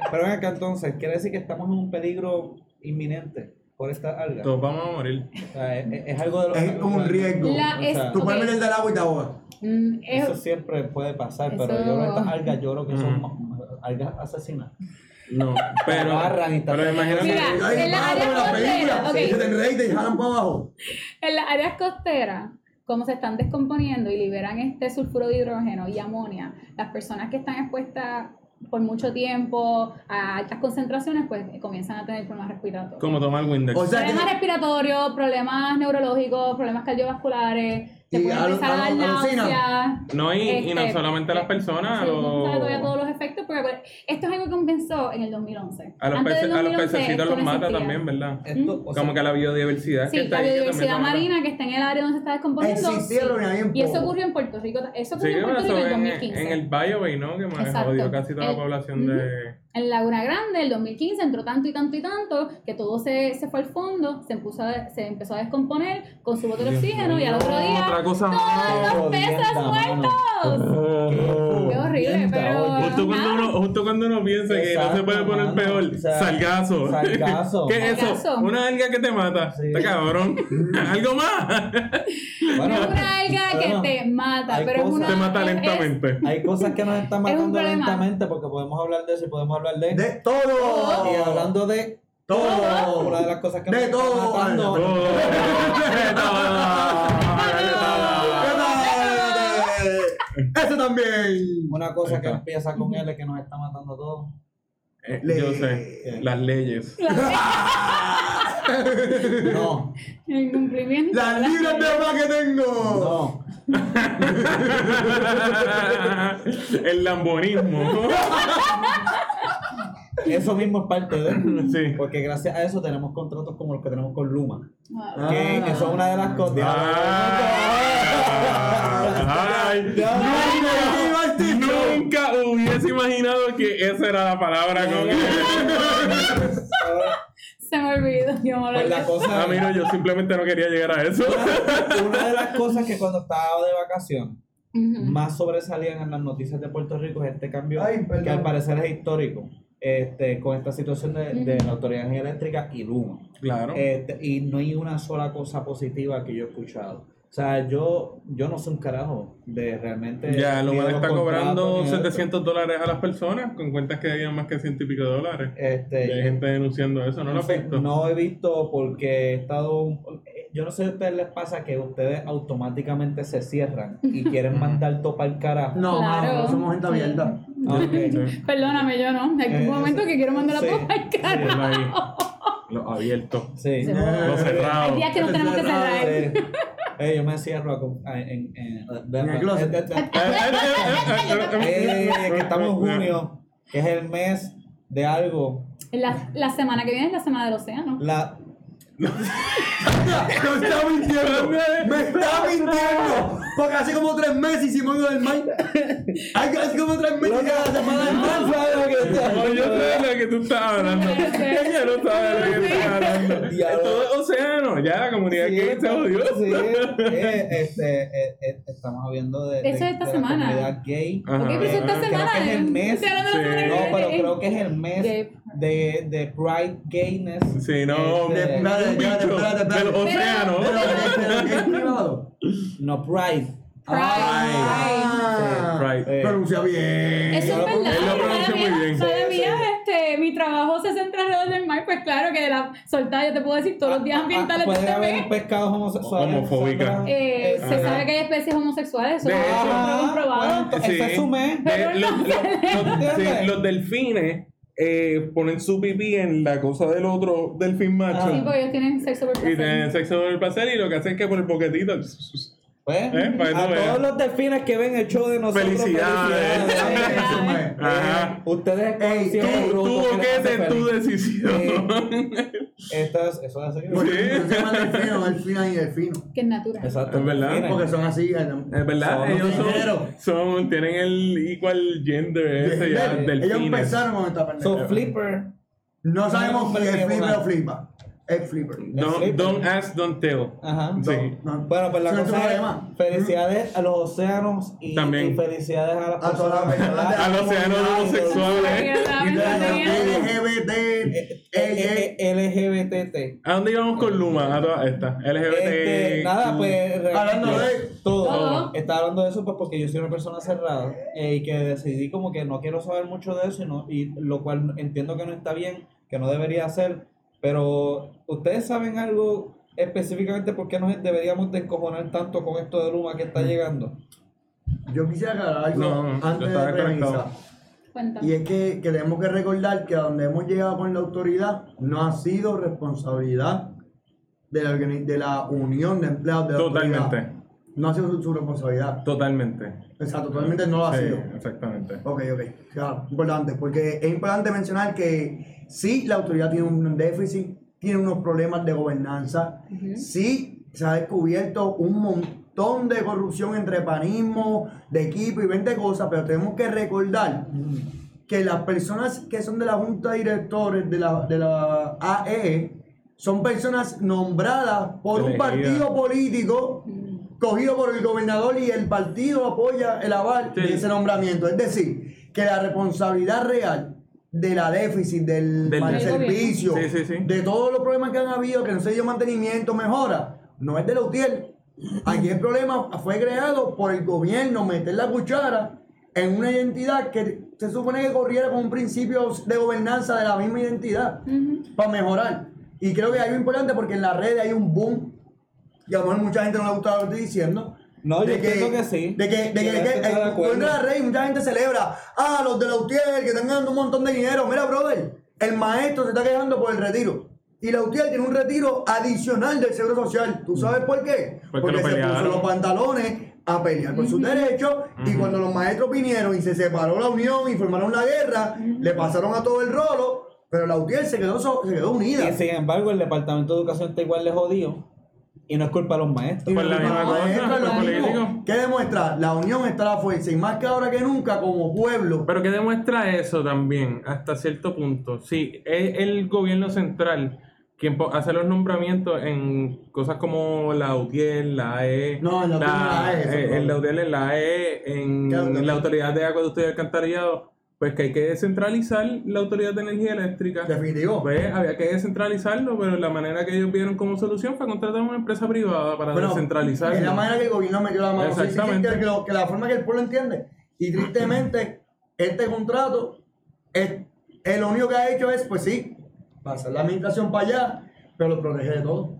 pero ven acá entonces, quiere decir que estamos en un peligro inminente por esta alga. Todos vamos a morir. O sea, es, es- es algo de lo Es un riesgo. La- es- Tú puedes Ok. meterte al agua y te ahogas. Mm, es- Eso siempre puede pasar, pero Eso- yo creo que estas algas, yo creo que son Ujú. ma- algas asesinas. No, pero. Agarran y Pero tapan. imagínate. Mira. Ay, En la mamá, área como las costera, películas, ok. que te enredan y te jalan para abajo. En las áreas costeras, como se están descomponiendo y liberan este sulfuro de hidrógeno y amonia, las personas que están expuestas por mucho tiempo a altas concentraciones, pues eh, comienzan a tener problemas respiratorios. Como tomar Windex. O sea que- problemas respiratorios, problemas neurológicos, problemas cardiovasculares, Y se pueden alu- empezar a dar alu- alucina. náuseas. no, y, y no este, solamente a las personas. Sí, no los- sabe todavía todos los efectos, porque acuérdate, esto es algo que comenzó en el 2011. a los, Antes del pece- a los 2011 pececitos esto los no mata existía. también, ¿verdad? Esto, o sea, Como que la biodiversidad que Sí, está la ahí. que también biodiversidad la mata. marina que está en el área donde se está descomponiendo. Existía, pero había bien y eso poco. ocurrió en Puerto Rico. Eso Sí, ocurrió que en Puerto pasó Rico en el en, eh, 2015. en el Biobay, ¿no? Que me Exacto. Eh, jodió casi toda El- la población de. En Laguna Grande, el 2015, entró tanto y tanto y tanto que todo se, se fue al fondo, se, puso a- se empezó a descomponer, con su bote de oxígeno y al otro Otra día cosa ¡todos los peces Mierda, mano. muertos! Qué horrible, Mierda, pero... oye. Justo cuando, uno, justo cuando uno piensa que no se puede Exacto, poner mano. peor, O sea, salgazo. salgazo. ¿Qué es eso? Salgazo. Una alga que te mata. Sí. Está cabrón. ¿Algo más? bueno, Es una alga bueno, que te mata, hay pero es cosas- una... te mata es- es- lentamente. hay cosas que nos están Es un matando problema. lentamente porque podemos hablar de eso y podemos hablar de... De Oh, todo. Y hablando de... Todo. Una de las cosas que De nos están todo, matando- Oh, Eso también. Una cosa que Ahí está. empieza con L que nos está matando a todos. Eh, Yo sé, las leyes. No, El incumplimiento. Las libras de más que tengo. no. El lambonismo. Eso mismo es parte de. Sí. Porque gracias a eso tenemos contratos como los que tenemos con Luma. Ah, Que que son una de las cosas. Ay, ay, Nunca iba al techo. hubiese imaginado que esa era la palabra con Se me olvidó. Yo no lo Pues la había- cosa Ah, mira, yo simplemente no quería llegar a eso. una de las cosas que cuando estaba de vacación Ujú. más sobresalían en las noticias de Puerto Rico es este cambio Ay, perdón. que al parecer es histórico este, con esta situación de, de la autoridad eléctrica y Luma. Claro. Este, y no hay una sola cosa positiva que yo he escuchado. O sea, yo, yo no sé un carajo de realmente. Ya, ni lo de mal los está contratos, ni cobrando de esto. 700 dólares a las personas con cuentas que debían más que ciento y pico de dólares. Y Este, hay gente denunciando eso, ¿no lo has sé, visto? no he visto porque he estado. un- eh, Yo no sé si a ustedes les pasa que ustedes automáticamente se cierran y quieren mandar topar el carajo. No, Claro. mano, no somos gente abierta. Ah, ok. Sí. Perdóname, yo no. Hay Eh, un momento que quiero mandar la sí. popa al Sí, cara. lo ahí. Lo abierto. Sí. Sí. Eh, Lo cerrado. Hay días que nos tenemos que cerrar. Eh, eh, yo me cierro a com- a- en, en, En el closet. eh, eh, eh, eh, eh, que estamos en junio, que es el mes de algo. La, la semana que viene es la semana del océano. La, ¡Me está mintiendo! ¡Me está mintiendo! Porque hace como tres meses hicimos algo del mal. Hace como tres meses que la semana del mal. No, yo sé de lo que tú estás hablando. No sé. Ella no sabe de lo que estás hablando. Diablo. Todo es océano. Ya la comunidad Sí, que se jodió. sí, eh, este, eh, eh, estamos hablando de, de- Eso es esta de semana. la comunidad gay. Ah. Ajá. Ok, pero eso esta Creo que semana. es el mes. Estoy hablando de la Sí. semana No, que pero viene. creo que es el mes Gay. de, de Pride Gayness. Sí, no, Este, un Espérate, espérate, bicho espérate, espérate. del océano. Pero, pero, ¿qué es privado? No, Pride. Pride. Ah, Pride. Pride. Pronuncia bien. Eso Él lo es verdad. pronuncia todavía- muy bien. Todavía Sí, este, mi trabajo se centra alrededor del mar, pues claro que de la soltada yo te puedo decir todos los días Ah, ah, ambientales Puede de este haber mes, pescados homosexuales. Homofóbica. eh, se Ajá. sabe que hay especies homosexuales, eso De no hecho, lo hemos probado. Ah, bueno, ese es su mes. De- los, los- los- ¿Entiendes? sí, los delfines eh, ponen su pipí en la cosa del otro delfín macho. Sí, pues, porque ellos tienen sexo por Y placer. tienen sexo por el placer y lo que hacen es que por el boquetito. Pues, Eh, para que a tú veas. todos los delfines que ven el show de nosotros. Felicidades. felicidades. Eso, man. Ajá. Eh, Ustedes Ey, conocieron tú- un Tu grupo que les hace boquete es tu feliz. decisión. Estas- eso hace que- Porque no se llama delfino, delfina y delfino. Que es natural. Exacto. Es verdad. delfines. Porque son así. eh, Es verdad, Son ellos dineros. son, son, tienen el equal gender ese ya, eh, Ellos delfines. empezaron con esta Son pendeja. flipper. No sabemos Hombre, si es hombre. flipper o flipa. Es flipper. Don't, don't ask, don't tell. Ajá. Sí. No, no. Bueno, pues la Ese es tu cosa es, problema. felicidades a los océanos y, También. y felicidades a las A todas las personas personas. Al océano de Porque homosexuales. la- LGBT. eh, eh, LGBT. ¿A dónde íbamos con Luma? A todas estas. LGBT. Este, nada, pues Hablando de- todo. Todo. Estaba hablando de eso pues porque yo soy una persona cerrada eh, y que decidí como que no quiero saber mucho de eso y, no- y lo cual entiendo que no está bien, que no debería ser, pero ustedes saben algo específicamente por qué nos deberíamos de encojonar tanto con esto de Luma que está Mm. llegando. eh. Yo quisiera aclarar algo No, yo antes de estaba la premisa. desconectado. Cuéntame. Y es que, que tenemos que recordar que a donde hemos llegado con la autoridad no ha sido responsabilidad de la, organi- de la unión de empleados de la Totalmente. autoridad. No ha sido su, su responsabilidad. Totalmente. O sea, totalmente no lo ha Sí, sido. exactamente. Ok, ok. Claro, importante, porque es importante mencionar que sí, la autoridad tiene un déficit, tiene unos problemas de gobernanza, sí, se ha descubierto un montón de corrupción entre panismo, de equipo y 20 cosas, pero tenemos que recordar que las personas que son de la Junta de Directores de la, de la AE son personas nombradas por un Elegidas. partido político cogido por el gobernador y el partido apoya el aval Sí. de ese nombramiento. Es decir, que la responsabilidad real de la déficit, del, Del- mal Del servicio, gobierno. Sí, sí, sí. de todos los problemas que han habido, que no se dio mantenimiento, mejora, no es de la UTIEL. Aquí el problema fue creado por el gobierno meter la cuchara en una identidad que se supone que corriera con un principio de gobernanza de la misma identidad para mejorar. Y creo que hay algo importante porque en las redes hay un boom y a lo mejor mucha gente no le gusta lo que estoy diciendo. No, yo De entiendo que sí. De que, de que, Yo de que- estoy de eh, acuerdo. tú entras a la red y mucha gente celebra. Ah, los de la UTIER que están ganando un montón de dinero. Mira, brother, el maestro se está quejando por el retiro. Y la UTIER tiene un retiro adicional del Seguro Social. ¿Tú sabes por qué? Mm. Porque lo se puso pelearon. los pantalones a pelear por sus derechos y cuando los maestros vinieron y se separó la unión y formaron la guerra, le pasaron a todo el rolo, pero la UTIER se quedó, so- se quedó unida. Y sin embargo el Departamento de Educación está igual de jodido y no es culpa de los maestros. Y Por Pues la los misma maestros, cosa, lo los mismo. políticos. ¿Qué demuestra? La unión está la fuerza y más que ahora que nunca como pueblo. Pero que demuestra eso también, hasta cierto punto. Sí, es el gobierno central quien po- hace los nombramientos en cosas como la UTIEL, la E. No, en la UTIEL no la E, eso es eh, En la todo. UTIEL, en la E, ¿Qué autoridad? en la Autoridad de Acueducto y Alcantarillado. Pues que hay que descentralizar la Autoridad de Energía Eléctrica. Definitivo. Pues había que descentralizarlo, pero la manera que ellos vieron como solución fue contratar a una empresa privada para Bueno, descentralizarlo. Es la manera que el gobierno metió la mano. Sí, sí, sí, Exactamente. que, lo- que la forma que el pueblo entiende. Y tristemente, este contrato, es, eh, lo único que ha hecho es, pues sí, pasar la administración para allá, pero lo protege de todo.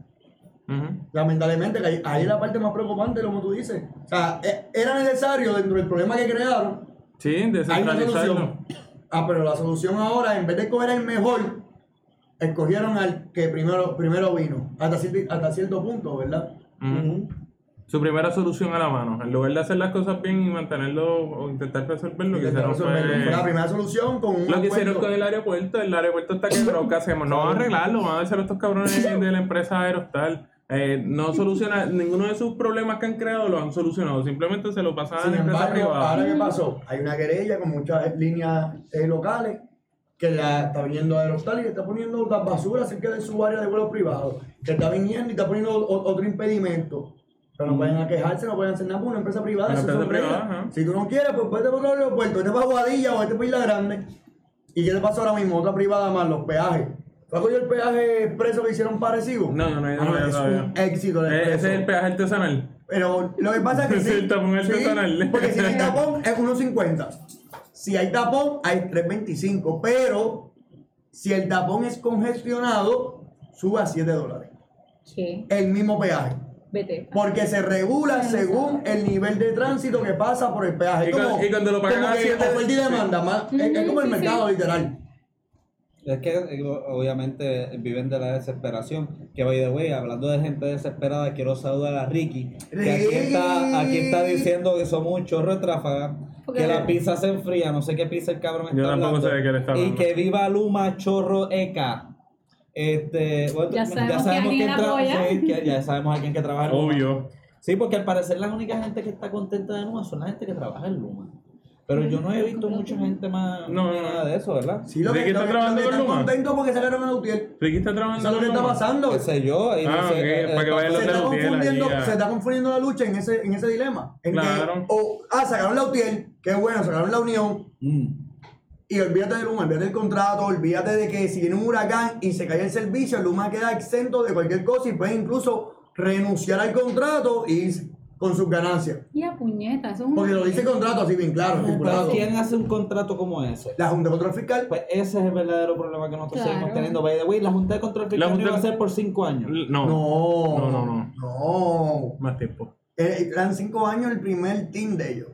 Ujú. Lamentablemente, que ahí, ahí es la parte más preocupante, como tú dices. O sea, e- era necesario dentro del problema que crearon Sí, hay una descentralizarlo. solución. Ah, pero la solución ahora, en vez de escoger el mejor, escogieron al que primero, primero vino. Hasta cierto, hasta cierto punto, ¿verdad? Ujú. Su primera solución a la mano. En lugar de hacer las cosas bien y mantenerlo o intentar resolverlo, que Intentaron hicieron resolverlo. Fue la fue. primera solución con un Lo que hicieron acuerdo. con el aeropuerto, el aeropuerto está quebrado, ¿qué hacemos? No van a arreglarlo, van a hacer estos cabrones de la empresa Aerostar. Eh, no soluciona, ninguno de sus problemas que han creado los han solucionado, simplemente se lo pasan a Sin la empresa embargo, privada. ahora qué pasó, hay una querella con muchas líneas eh, locales que la está viniendo Aerostar y que está poniendo las basuras cerca de su área de vuelo privado, que está viniendo y está poniendo o- otro impedimento. Pero no pueden quejarse, no pueden hacer nada por una empresa privada. Mm. Una eso empresa son reglas. privada, ajá. Si tú no quieres, pues vete por otro aeropuerto, vete para Guadilla o vete para Isla Grande. ¿Y qué le pasó ahora mismo? Otra privada más, los peajes. ¿Tú has cogido el peaje expreso que hicieron parecido? No, no, no, no, Ah, no, no, es todavía. un éxito. el Eh, ese expreso. es el peaje artesanal. Pero lo que pasa es que. Sí, el tapón artesanal. Porque si no hay tapón, es 1.50. Si hay tapón, hay 3.25. Pero si el tapón es congestionado, sube a 7 dólares. ¿Qué? El mismo peaje. Vete. Porque se regula según el nivel de tránsito que pasa por el peaje. Y cuan- y cuando lo pagan como a que siete- oferta y demanda, más- es, es como el Ujú, sí, mercado, literal. Es que eh, obviamente viven de la desesperación. Que by the way, hablando de gente desesperada, quiero saludar a Ricky. Que aquí está, aquí está diciendo que somos un chorro de tráfaga. Porque- Que la pizza se enfría, no sé qué pizza el cabrón está Yo tampoco hablando. sé de qué le está hablando. Y que viva Luma Chorro Eca. Este, bueno, Ya sabemos quién quién la tra- apoya. sí, que ya sabemos a quién que trabaja en Luma. Obvio. Sí, porque al parecer la única gente que está contenta de Luma son la gente que trabaja en Luma. Pero yo no he visto mucha gente más No, ni no, no. nada de eso, ¿verdad? Sí, lo ¿De que, qué lo está que- trabajando lo que con están Luma? contentos porque sacaron a Utiel. Ricky está Eso trabajando. es lo que está con- pasando. qué sé yo. y Ah, no sé, ok, eh, para que vayan se está, los de la UTL confundiendo, allá. se está confundiendo la lucha en ese, en ese dilema. En que, Claro. o, ah, sacaron la UTIEL, qué bueno, sacaron la unión. Mm. Y olvídate de Luma, olvídate del contrato, olvídate de que si viene un huracán y se cae el servicio, Luma queda exento de cualquier cosa y puede incluso renunciar al contrato y irse con sus ganancias. Y a puñeta, eso es un. Porque lo dice el contrato así bien claro, Pero estipulado. ¿quién hace un contrato como ese? La Junta de Control Fiscal. Pues ese es el verdadero problema que nosotros Claro. seguimos teniendo. By the way, la Junta de Control Fiscal Junta- no iba a ser por cinco años. No, No, No, no, no. No. más tiempo. Eh, Eran cinco años el primer team de ellos.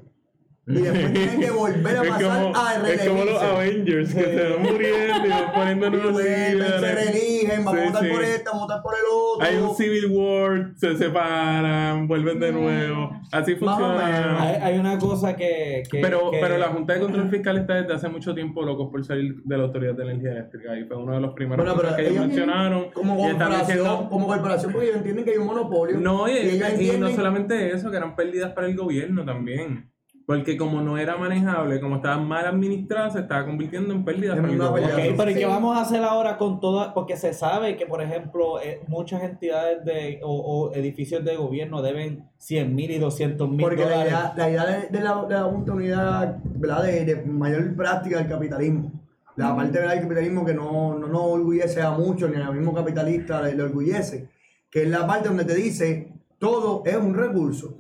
Y después tienen que volver a Es pasar como, a es como los reelegirse. Avengers que se van muriendo y van poniendo Y nuevos vuelven, se líderes. reeligen, vamos a Sí, votar por sí. esta, vamos a votar por el otro. Hay un Civil War, se separan, vuelven de Mm. nuevo. Así Más o funciona. menos. Hay, hay una cosa que... que- Pero, que- pero la Junta de Control Fiscal está desde hace mucho tiempo locos por salir de la Autoridad de Energía Eléctrica y fue uno de los primeros Bueno, pero cosas que ellos ellos- mencionaron. como y están corporación, diciendo- como corporación, porque ellos entienden que hay un monopolio. No, y, ellos y no entienden- solamente eso, que eran pérdidas para el gobierno también. Porque como no era manejable, como estaba mal administrada, se estaba convirtiendo en pérdidas En para el una gobierno. Ok, payaso. pero ¿y qué Sí. vamos a hacer ahora con todas? Porque se sabe que, por ejemplo, eh, muchas entidades de, o, o edificios de gobierno deben 100 mil y 200 mil Porque la dólares. idea, la idea de, de la, de la Junta Unida, ¿verdad? De, de mayor práctica del capitalismo. La parte ¿verdad? del capitalismo que no no nos orgullece a muchos, ni al mismo capitalista le, le orgullece, que es la parte donde te dice, todo es un recurso.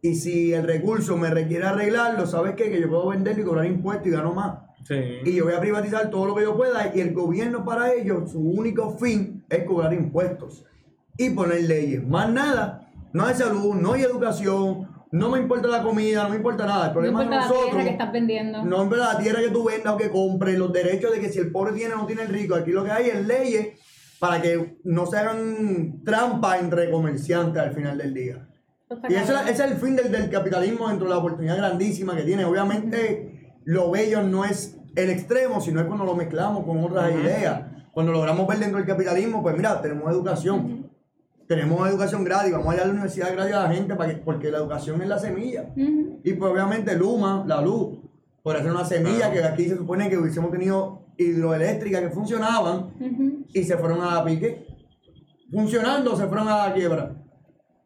Y si el recurso me requiere arreglarlo, ¿sabes qué? Que yo puedo venderlo y cobrar impuestos y gano más. Sí. y yo voy a privatizar todo lo que yo pueda y el gobierno para ellos su único fin es cobrar impuestos y poner leyes más nada no hay salud no hay educación no me importa la comida no me importa nada el No problema importa de la tierra que estás nosotros vendiendo. no importa la tierra que tú vendas o que compres los derechos de que si el pobre tiene no tiene el rico aquí lo que hay es leyes para que no se hagan trampa entre comerciantes al final del día y ese, es- ese es el fin del, del capitalismo dentro de la oportunidad grandísima que tiene. Obviamente, lo bello no es el extremo, sino es cuando lo mezclamos con otras ideas. Cuando logramos ver dentro del capitalismo, pues mira, tenemos educación. tenemos educación gratis, vamos a dar la universidad gratis a la gente para que- porque la educación es la semilla. Ujú. Y pues obviamente Luma, la luz, por hacer una semilla que aquí se supone que hubiésemos tenido hidroeléctricas que funcionaban Ujú. y se fueron a la pique. Funcionando se fueron a la quiebra,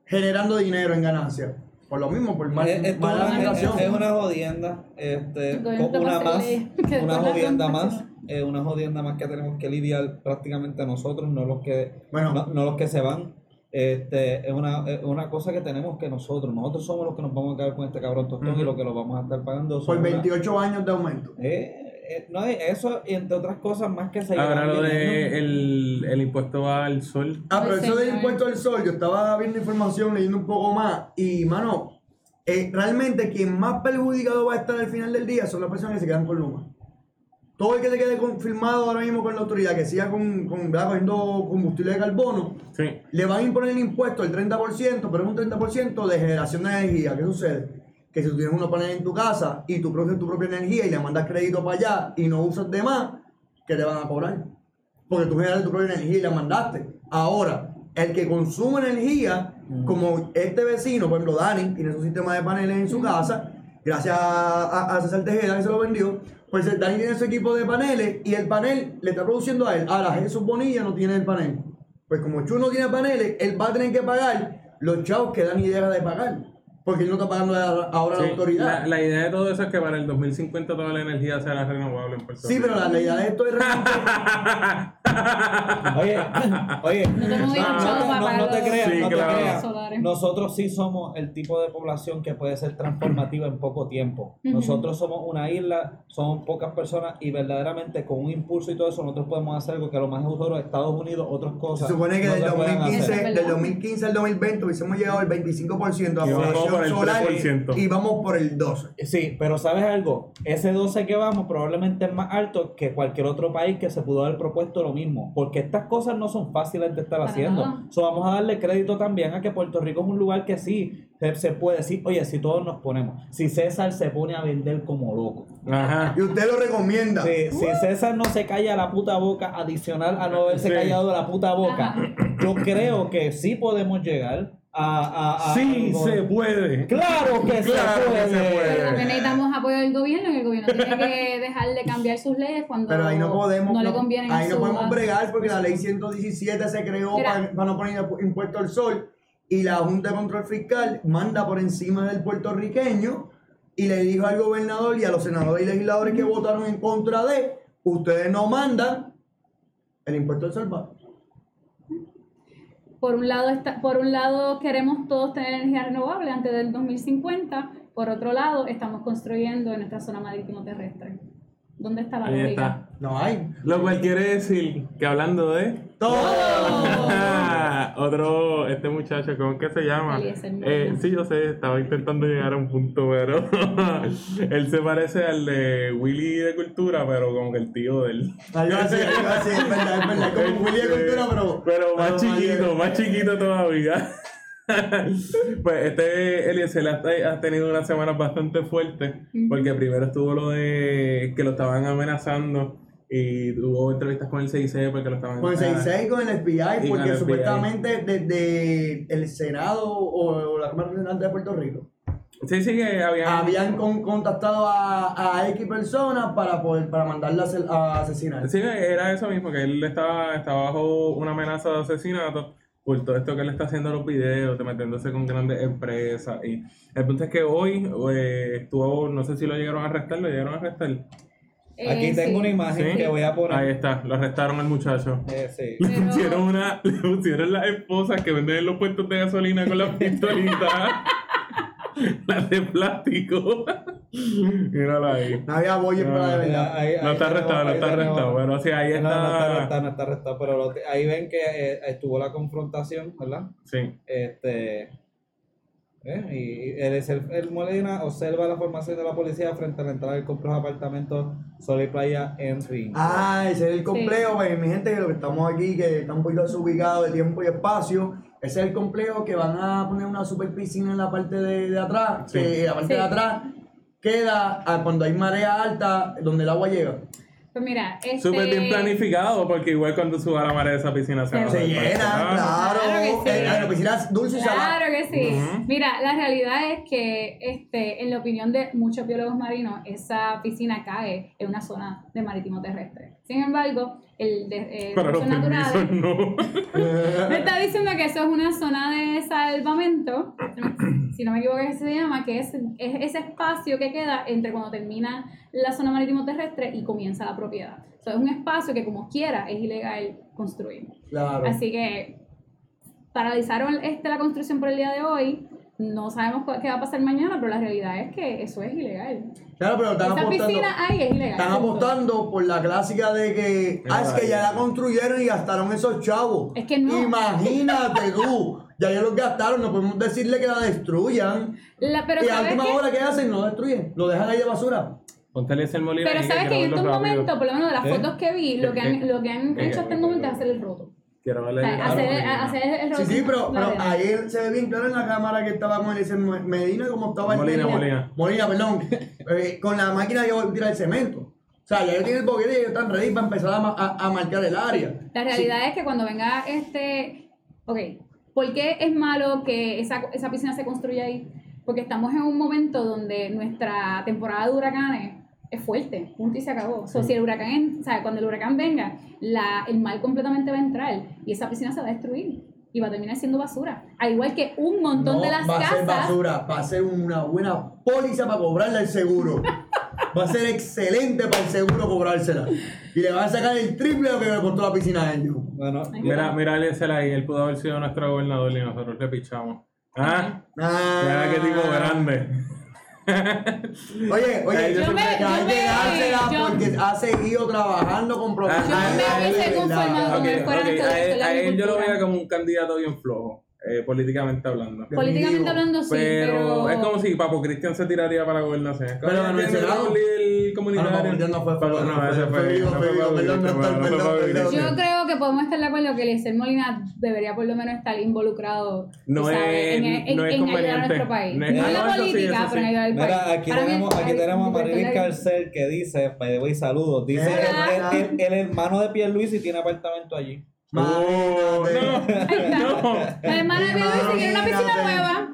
generando dinero en ganancias. Por lo mismo, por mal, Eh, Es, es toda mala una- administración. es una jodienda, este, Con co- esto una va a ser más, ley, que una con la jodienda más, contaminación. eh, una jodienda más que tenemos que lidiar prácticamente nosotros, no los que, Bueno. no, no los que se van. Este, es una, es una cosa que tenemos que nosotros, nosotros somos los que nos vamos a quedar con este cabrón tostón y Ujú. lo que lo vamos a estar pagando son por una- 28 años de aumento. Eh, eh, no, y eso y entre otras cosas más que se Ahora irán lo viniendo. de el, el impuesto al sol. Ah, pero Ay, eso del señor. impuesto al sol, yo estaba viendo información, leyendo un poco más, y mano, eh, realmente quien más perjudicado va a estar al final del día son las personas que se quedan con Luma. Todo el que se quede confirmado ahora mismo con la autoridad, que siga con, con ¿verdad? cogiendo combustible de carbono, Sí. le van a imponer el impuesto del 30%, pero es un 30% de generación de energía. ¿Qué sucede? Que si tú tienes unos paneles en tu casa y tú produces tu propia energía y le mandas crédito para allá y no usas de más, que te van a cobrar. Porque tú generas tu propia energía y la mandaste. Ahora, el que consume energía, como este vecino, por ejemplo, Dani, tiene su sistema de paneles en su casa, gracias a, a- a César Tejeda que se lo vendió, pues el Dani tiene su equipo de paneles y el panel le está produciendo a él. Ahora, Jesús Bonilla no tiene el panel. Pues como Chu no tiene paneles, él va a tener que pagar los chavos que Dani deja de pagar. Porque él no está pagando a- ahora Sí, la autoridad. La, la idea de todo eso es que para el 2050 toda la energía será renovable en Puerto Sí, pero la, la idea de esto es realmente- Oye, oye. No tenemos No, dinero no, chavo no, para no pagar te los- creas, Sí, no te claro. creas. Solares. Nosotros sí somos el tipo de población que puede ser transformativa en poco tiempo. Ujú. Nosotros somos una isla, somos pocas personas y verdaderamente con un impulso y todo eso nosotros podemos hacer algo que a lo más seguro Estados Unidos, otras Se cosas. supone que no del se pueden hacer. 2015, hacer. del 2015 al 2020 hubiésemos llegado al 25% de la Y vamos por población el solar 3%. y vamos por el 12%. Eh, Sí, pero ¿sabes algo? Ese 12 que vamos probablemente es más alto que cualquier otro país que se pudo haber propuesto lo mismo, porque estas cosas no son fáciles de estar Para haciendo. nada. So, vamos a darle crédito también a que Puerto Rico es un lugar que sí se, se puede decir, oye, si todos nos ponemos, si César se pone a vender como loco. Ajá. Y usted lo recomienda. Si, si César no se calla la puta boca, adicional a no haberse Sí. callado la puta boca, yo creo que sí podemos llegar a... a- Ah, a Sí, algo. se puede. Claro que Claro se que puede. se puede. Pero también necesitamos apoyo del gobierno y el gobierno tiene que dejar de cambiar sus leyes cuando Pero ahí no podemos, no le no- conviene. ahí no podemos bregar porque la ley 117 se creó Mira. para, para no poner impuesto al sol y la Junta de Control Fiscal manda por encima del puertorriqueño y le dijo al gobernador y a los senadores y legisladores que votaron en contra de, ustedes no mandan, el impuesto al sol va. Por un lado está, por un lado queremos todos tener energía renovable antes del 2050. Por otro lado estamos construyendo en nuestra zona marítimo terrestre. ¿Dónde está la Ahí lógica? está. No hay. Lo cual quiere decir que hablando de... Oh. Otro, este muchacho, ¿cómo que se llama? Eliezer Molina. Eh, sí, yo sé, estaba intentando llegar a un punto, pero él se parece al de Willy de Cultura, pero como que el tío de él. Algo así, algo así, es verdad, es verdad. Como Willy de Cultura, pero. Pero más pero chiquito, más chiquito todavía. pues este Eliezer ha, ha tenido unas semanas bastante fuertes, porque primero estuvo lo de que lo estaban amenazando y hubo entrevistas con el CIC porque lo estaban Con el 6 con el FBI, Y con el porque FBI. supuestamente desde el Senado o, o la Cámara Representante de Puerto Rico Sí, sí, que había... habían con- contactado a, a X personas para poder para mandarla a ases- a asesinar. Sí, era eso mismo, que él estaba, estaba bajo una amenaza de asesinato por todo esto que él está haciendo en los videos, de metiéndose con grandes empresas. Y el punto es que hoy eh, estuvo, no sé si lo llegaron a arrestar, lo llegaron a arrestar. Eh, Aquí tengo sí. una imagen Sí. que voy a poner. Ahí está, lo arrestaron al muchacho. Eh, sí. Le Pero- pusieron, una, le pusieron las esposas que venden en los puestos de gasolina con las pistolitas. las de plástico. Mírala ahí. No había boyes No, para de no, verdad. Ahí- ahí No está tenemos- arrestado, no ahí está tenemos- arrestado. Bueno, sí, ahí No, no está está. arrestado, no está arrestado, pero lo te- ahí ven que eh, estuvo la confrontación, ¿verdad? Sí. Este, ¿eh? y, y el, el- el Molina observa la formación de la policía frente a la entrada del complejo de apartamentos Sol y Playa en Ring. Ah, ese es el complejo, pues, mi gente, que lo que estamos aquí, que están un poquito desubicados de tiempo y espacio. Ese es el complejo que van a poner una super piscina en la parte de, de atrás, Sí. que la parte Sí. ah, de atrás queda a cuando hay marea alta, donde el agua llega. Pues mira, este... Súper bien planificado, porque igual cuando suba la marea de esa piscina se, Se va a Se romper. llena, Ah, claro. Claro que sí. Eh, Claro, piscinas dulces y saladas. Claro que sí. Ujú. Mira, la realidad es que, este, en la opinión de muchos biólogos marinos, esa piscina cae en una zona de marítimo terrestre. Sin embargo, el de, eh, Para los recursos naturales- permisos, no. Me está diciendo que eso es una zona de salvamento, si no me equivoco que se llama, que es, es ese espacio que queda entre cuando termina la zona marítimo terrestre y comienza la propiedad. O sea, es un espacio que como quiera es ilegal construir. Claro. Así que paralizaron este, la construcción por el día de hoy. No sabemos cu- qué va a pasar mañana, pero la realidad es que eso es ilegal. Claro, pero están Esa apostando. piscina ahí es ilegal. Están punto. apostando por la clásica de que, ah, es que ya la construyeron y gastaron esos chavos. Es que no. Imagínate tú, ya ellos los gastaron, no podemos decirle que la destruyan. La- pero y a ¿sabes última qué? hora, ¿qué hacen? No destruyen, lo dejan ahí de basura. Póntale ese molino Pero ahí, sabes que quiero yo en verlo un rápido. momento, por lo menos de las ¿Eh? fotos que vi, lo que han, lo que han ¿Eh? hecho hasta el momento es hacer el roto. Quiero O verle sea, hacer, el- hacer el roto. Sí, sí, pero, la pero verdad. ayer se ve bien claro en la cámara que estaba con el Medina, como estaba el Molina, Medina. Molina, Molina. perdón. Eh, con la máquina que va a tirar el cemento. O sea, ya ellos tienen el boquete y ellos están ready para empezar a, ma- a- a marcar el área. La realidad es que cuando venga este. Ok, ¿por qué es malo que esa, esa piscina se construya ahí? Porque estamos en un momento donde nuestra temporada de huracanes es fuerte, punto y se acabó. O sea, si el huracán, en- o sea, cuando el huracán venga, la, el mal completamente va a entrar y esa piscina se va a destruir y va a terminar siendo basura. Al igual que un montón de las va a ser casas. basura, va a ser una buena póliza para cobrarle el seguro. va a ser excelente para el seguro cobrársela. Y le van a sacar el triple de lo que le costó la piscina a ellos. Bueno, Mira, mira, Eliezer ahí, él pudo haber sido nuestro gobernador y nosotros le pichamos. Ah, Ah, mira qué tipo grande. Oye, oye, Yo hay me- que yo me- dársela yo- porque ha seguido trabajando con profesionales. Yo me hubiese de verdad. conformado. Ok, Como él fuera ok, nuestro a él, director de a él yo lo agricultura. veía como un candidato bien flojo, eh, políticamente hablando. Políticamente definitivo, hablando, sí, Pero es como si Papo Cristian se tiraría para la gobernación. Es como Pero que Manuel tiene Zelao- un líder comunitario. Ah, no, Papo Cristian no fue- Papo- no, fue- ese fue fue. Guido, no fue fue Guido, Papo perdón, Cristian, perdón, no fue Papo perdón, Cristian. perdón. Yo creo que podemos estar de acuerdo que Eliezer Molina debería por lo menos estar involucrado tú No sabes, es- en, en- no es en ayudar a conveniente. nuestro país. No No, es- en la no, eso sí, política, eso sí. pero en ayudar al país. Mira, aquí Para mí, tenemos, aquí hay- tenemos a hay- Marilyn Carcel que dice, by the way, saludos, dice Hola. el, el- el hermano de Pierluisi tiene apartamento allí. Oh, no, no. La hermana de Pedro dice que era una piscina Imagínate. nueva.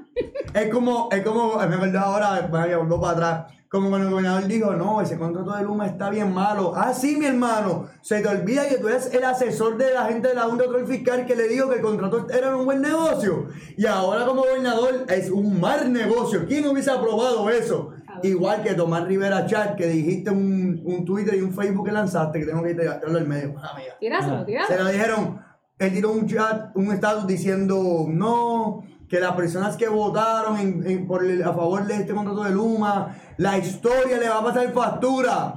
Es como, es como, me acuerdo ahora, vaya, volvo para atrás. Como cuando el gobernador dijo, no, ese contrato de Luma está bien malo. Ah, sí, mi hermano. Se te olvida que tú eres el asesor de la gente de la Junta de Control Fiscal que le dijo que el contrato era un buen negocio. Y ahora como gobernador es un mal negocio. ¿Quién hubiese aprobado eso? Igual que Tomás Rivera Chat, que dijiste un, un Twitter y un Facebook que lanzaste, que tengo que tirarlo al medio. Mala mía. Tiráselo, Se tiráselo. lo dijeron. Él tiró un chat, un estatus diciendo no, que las personas que votaron en- en- por el- a favor de este contrato de Luma, la historia le va a pasar factura.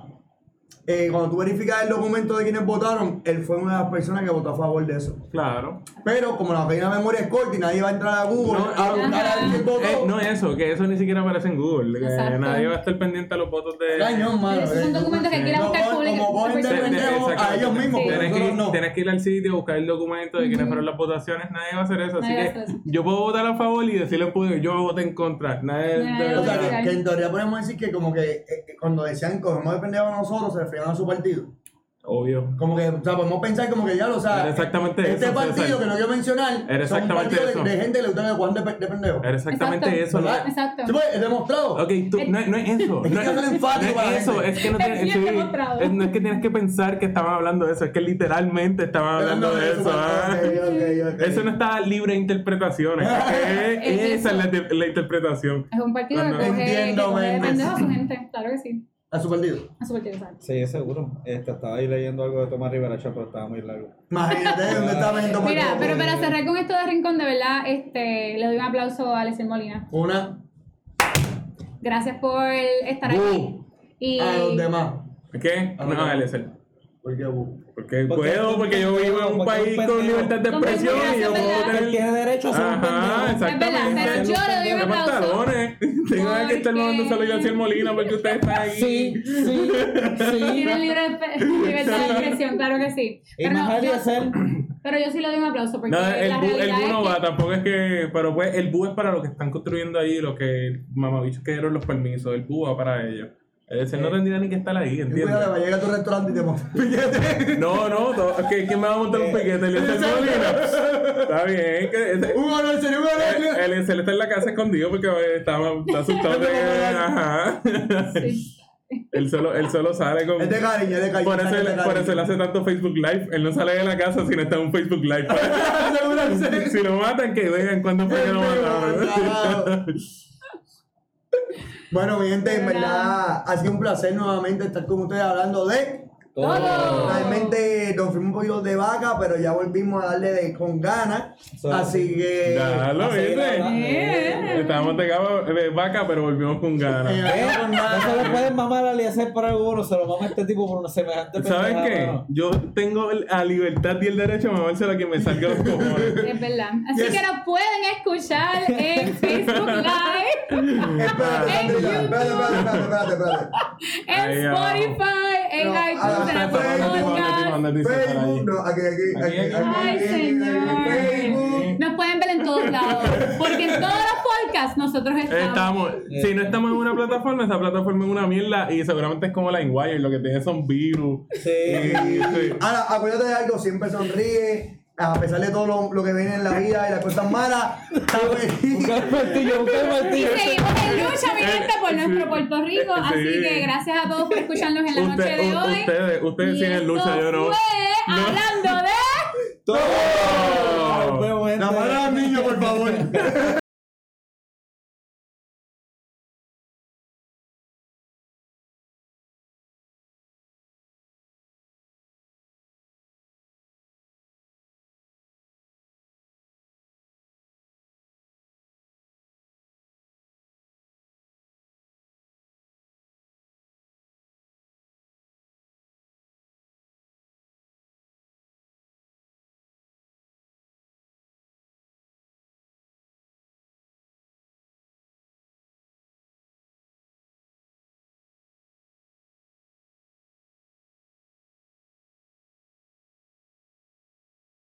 Eh, cuando tú verificas el documento de quienes votaron, él fue una de las personas que votó a favor de eso. Claro. Pero como la pequeña memoria es corta y nadie va a entrar a Google No, a buscar a quién votó. Eh, no eso, que eso ni siquiera aparece en Google. que Exacto. nadie va a estar pendiente a los votos de. Cañón, mano. Esos son documentos que quiera No, buscar como- público- Como cogen de Sí, sí, pendejo a exactamente. ellos mismos, Sí. pero Tienes que, nosotros no. tienes que ir al sitio, buscar el documento de quiénes fueron las votaciones, nadie va a hacer eso. Así Nadie va a que hacer eso. yo puedo votar a favor y decirle al público, yo voté en contra. Nadie, Nadie nadie- va O sea, a que, que en teoría podemos decir que como que eh, eh, cuando decían cogemos de pendejo a nosotros, se referían a su partido. Obvio. Como que, o sea, podemos pensar como que ya lo, o sea, Era exactamente este eso, partido César. que no quiero mencionar, Era son exactamente partidos de- eso. de, gente que le gusta que juegan de, pe- de pendejo. Era exactamente Exacto. Eh, eso. ¿Verdad? Exacto. Sí, pues, es demostrado. Ok, tú- no, no es eso. Es que No, yo soy enfático no para la es eso. gente. Es que no, Es tienes- bien sí, demostrado. es- no es que tienes que pensar que estaban hablando de eso, es que literalmente estaban hablando Hablando de eso. ah. ok, ok, ok. Eso no está libre de interpretaciones. es que Es esa es la, eso. la interpretación. Es un partido que Cuando- coge, que Entiendo, coge de Méndez. pendejo a su gente. Claro que sí. A su partido. A su partido, exacto. Sí, seguro. Este, estaba ahí leyendo algo de Tomás Rivera Chat, pero estaba muy largo. Imagínate dónde está Benito Mira, Martínez. pero para cerrar con esto de Rincón, de verdad, este, le doy un aplauso a Eliezer Molina. Una Gracias por estar Uh, aquí. Y a los demás. ¿Qué? Ah, No, ok. Eliezer. ¿Por qué, bu? Porque Porque es puedo, un porque yo vivo en un pendejo, porque es país un con pendejo. libertad de Con expresión y yo democracia, puedo ¿verdad? Él tener. tiene derecho a ser un Ajá, pendejo. es verdad, exactamente. pero yo le doy un Tengo aplauso. pantalones. Tengo que este estar mandando saludos a Yaciel Molina porque ustedes están aquí. Sí, sí, sí. Tienen libre libertad de expresión, claro que sí. Y Pero, no, más a yo, Eliezer. pero yo sí le doy un aplauso porque No, el la bu, el realidad bu no es va, que- tampoco es que. Pero pues el bu es para los que están construyendo ahí, los que mamabichos que dieron los permisos. El bu va para ellos. Ese Eh. no tendría ni que estar ahí, Y Cuidado, ¿entiendes? va a llegar a tu restaurante y te montas un piquete. No, no, to- ok, ¿quién me va a montar Eh. un piquete? El Está bien, que ese- Un honor, sería un honor. el Encel está en la casa escondido porque estaba, está asustado de ajá. Sí. Él solo, él solo sale con. Es de cariño, es de cariño. Por eso, es de él, cariño. por eso él hace tanto Facebook Live. Él no sale de la casa si no está en un Facebook Live. Seguro que sí. si lo matan, que vean cuándo fue que lo mataron. Bueno, mi gente, en Pero verdad, ha sido un placer nuevamente estar con ustedes hablando de. Todo. Realmente nos fuimos un poquito de vaca, pero ya volvimos a darle de- con ganas. So- Así que. Ya lo Así, la viste. verdad. Bien. Estábamos de, cava- de vaca, pero volvimos con eh, ganas. vamos Eh, con No se nada. lo pueden mamar a hacer por alguno, se lo mama este tipo por una semejante ¿Sabes pendejada, qué? mano. Yo tengo el- la libertad y el derecho a mamárselo a quien me salga los cojones. Es verdad. Así Yes. que nos pueden escuchar en Facebook Live, Espérate, En Andrea, espérate, YouTube. espérate, espérate, espérate, espérate. en Ay, ya. Spotify, en No, iTunes, en ah, Apple Facebook, Podcast. Facebook, no, aquí, aquí, aquí, aquí, Ay, aquí, señor. Facebook. Nos pueden ver en todos lados. Porque en todos los podcasts nosotros estamos. Estamos, si no estamos en una plataforma, esa plataforma es una mierda y seguramente es como la InWire, lo que tiene son virus. Sí. Sí. Ahora, acuérdate de algo, siempre sonríe, a pesar de todo lo, lo que viene en la vida y las cosas malas, está feliz. Busca el martillo, busca el Y martillo. seguimos en lucha, mi Eh, gente, por sí. nuestro Puerto Rico. Eh, Así sí. que gracias a todos por escucharnos en la noche Usted- de u- hoy. ustedes- ustedes Y siguen en lucha, esto yo no. fue No. Hablando de. Todo. Nos vemos, Nos vemos, gente. La mano al niño, por favor.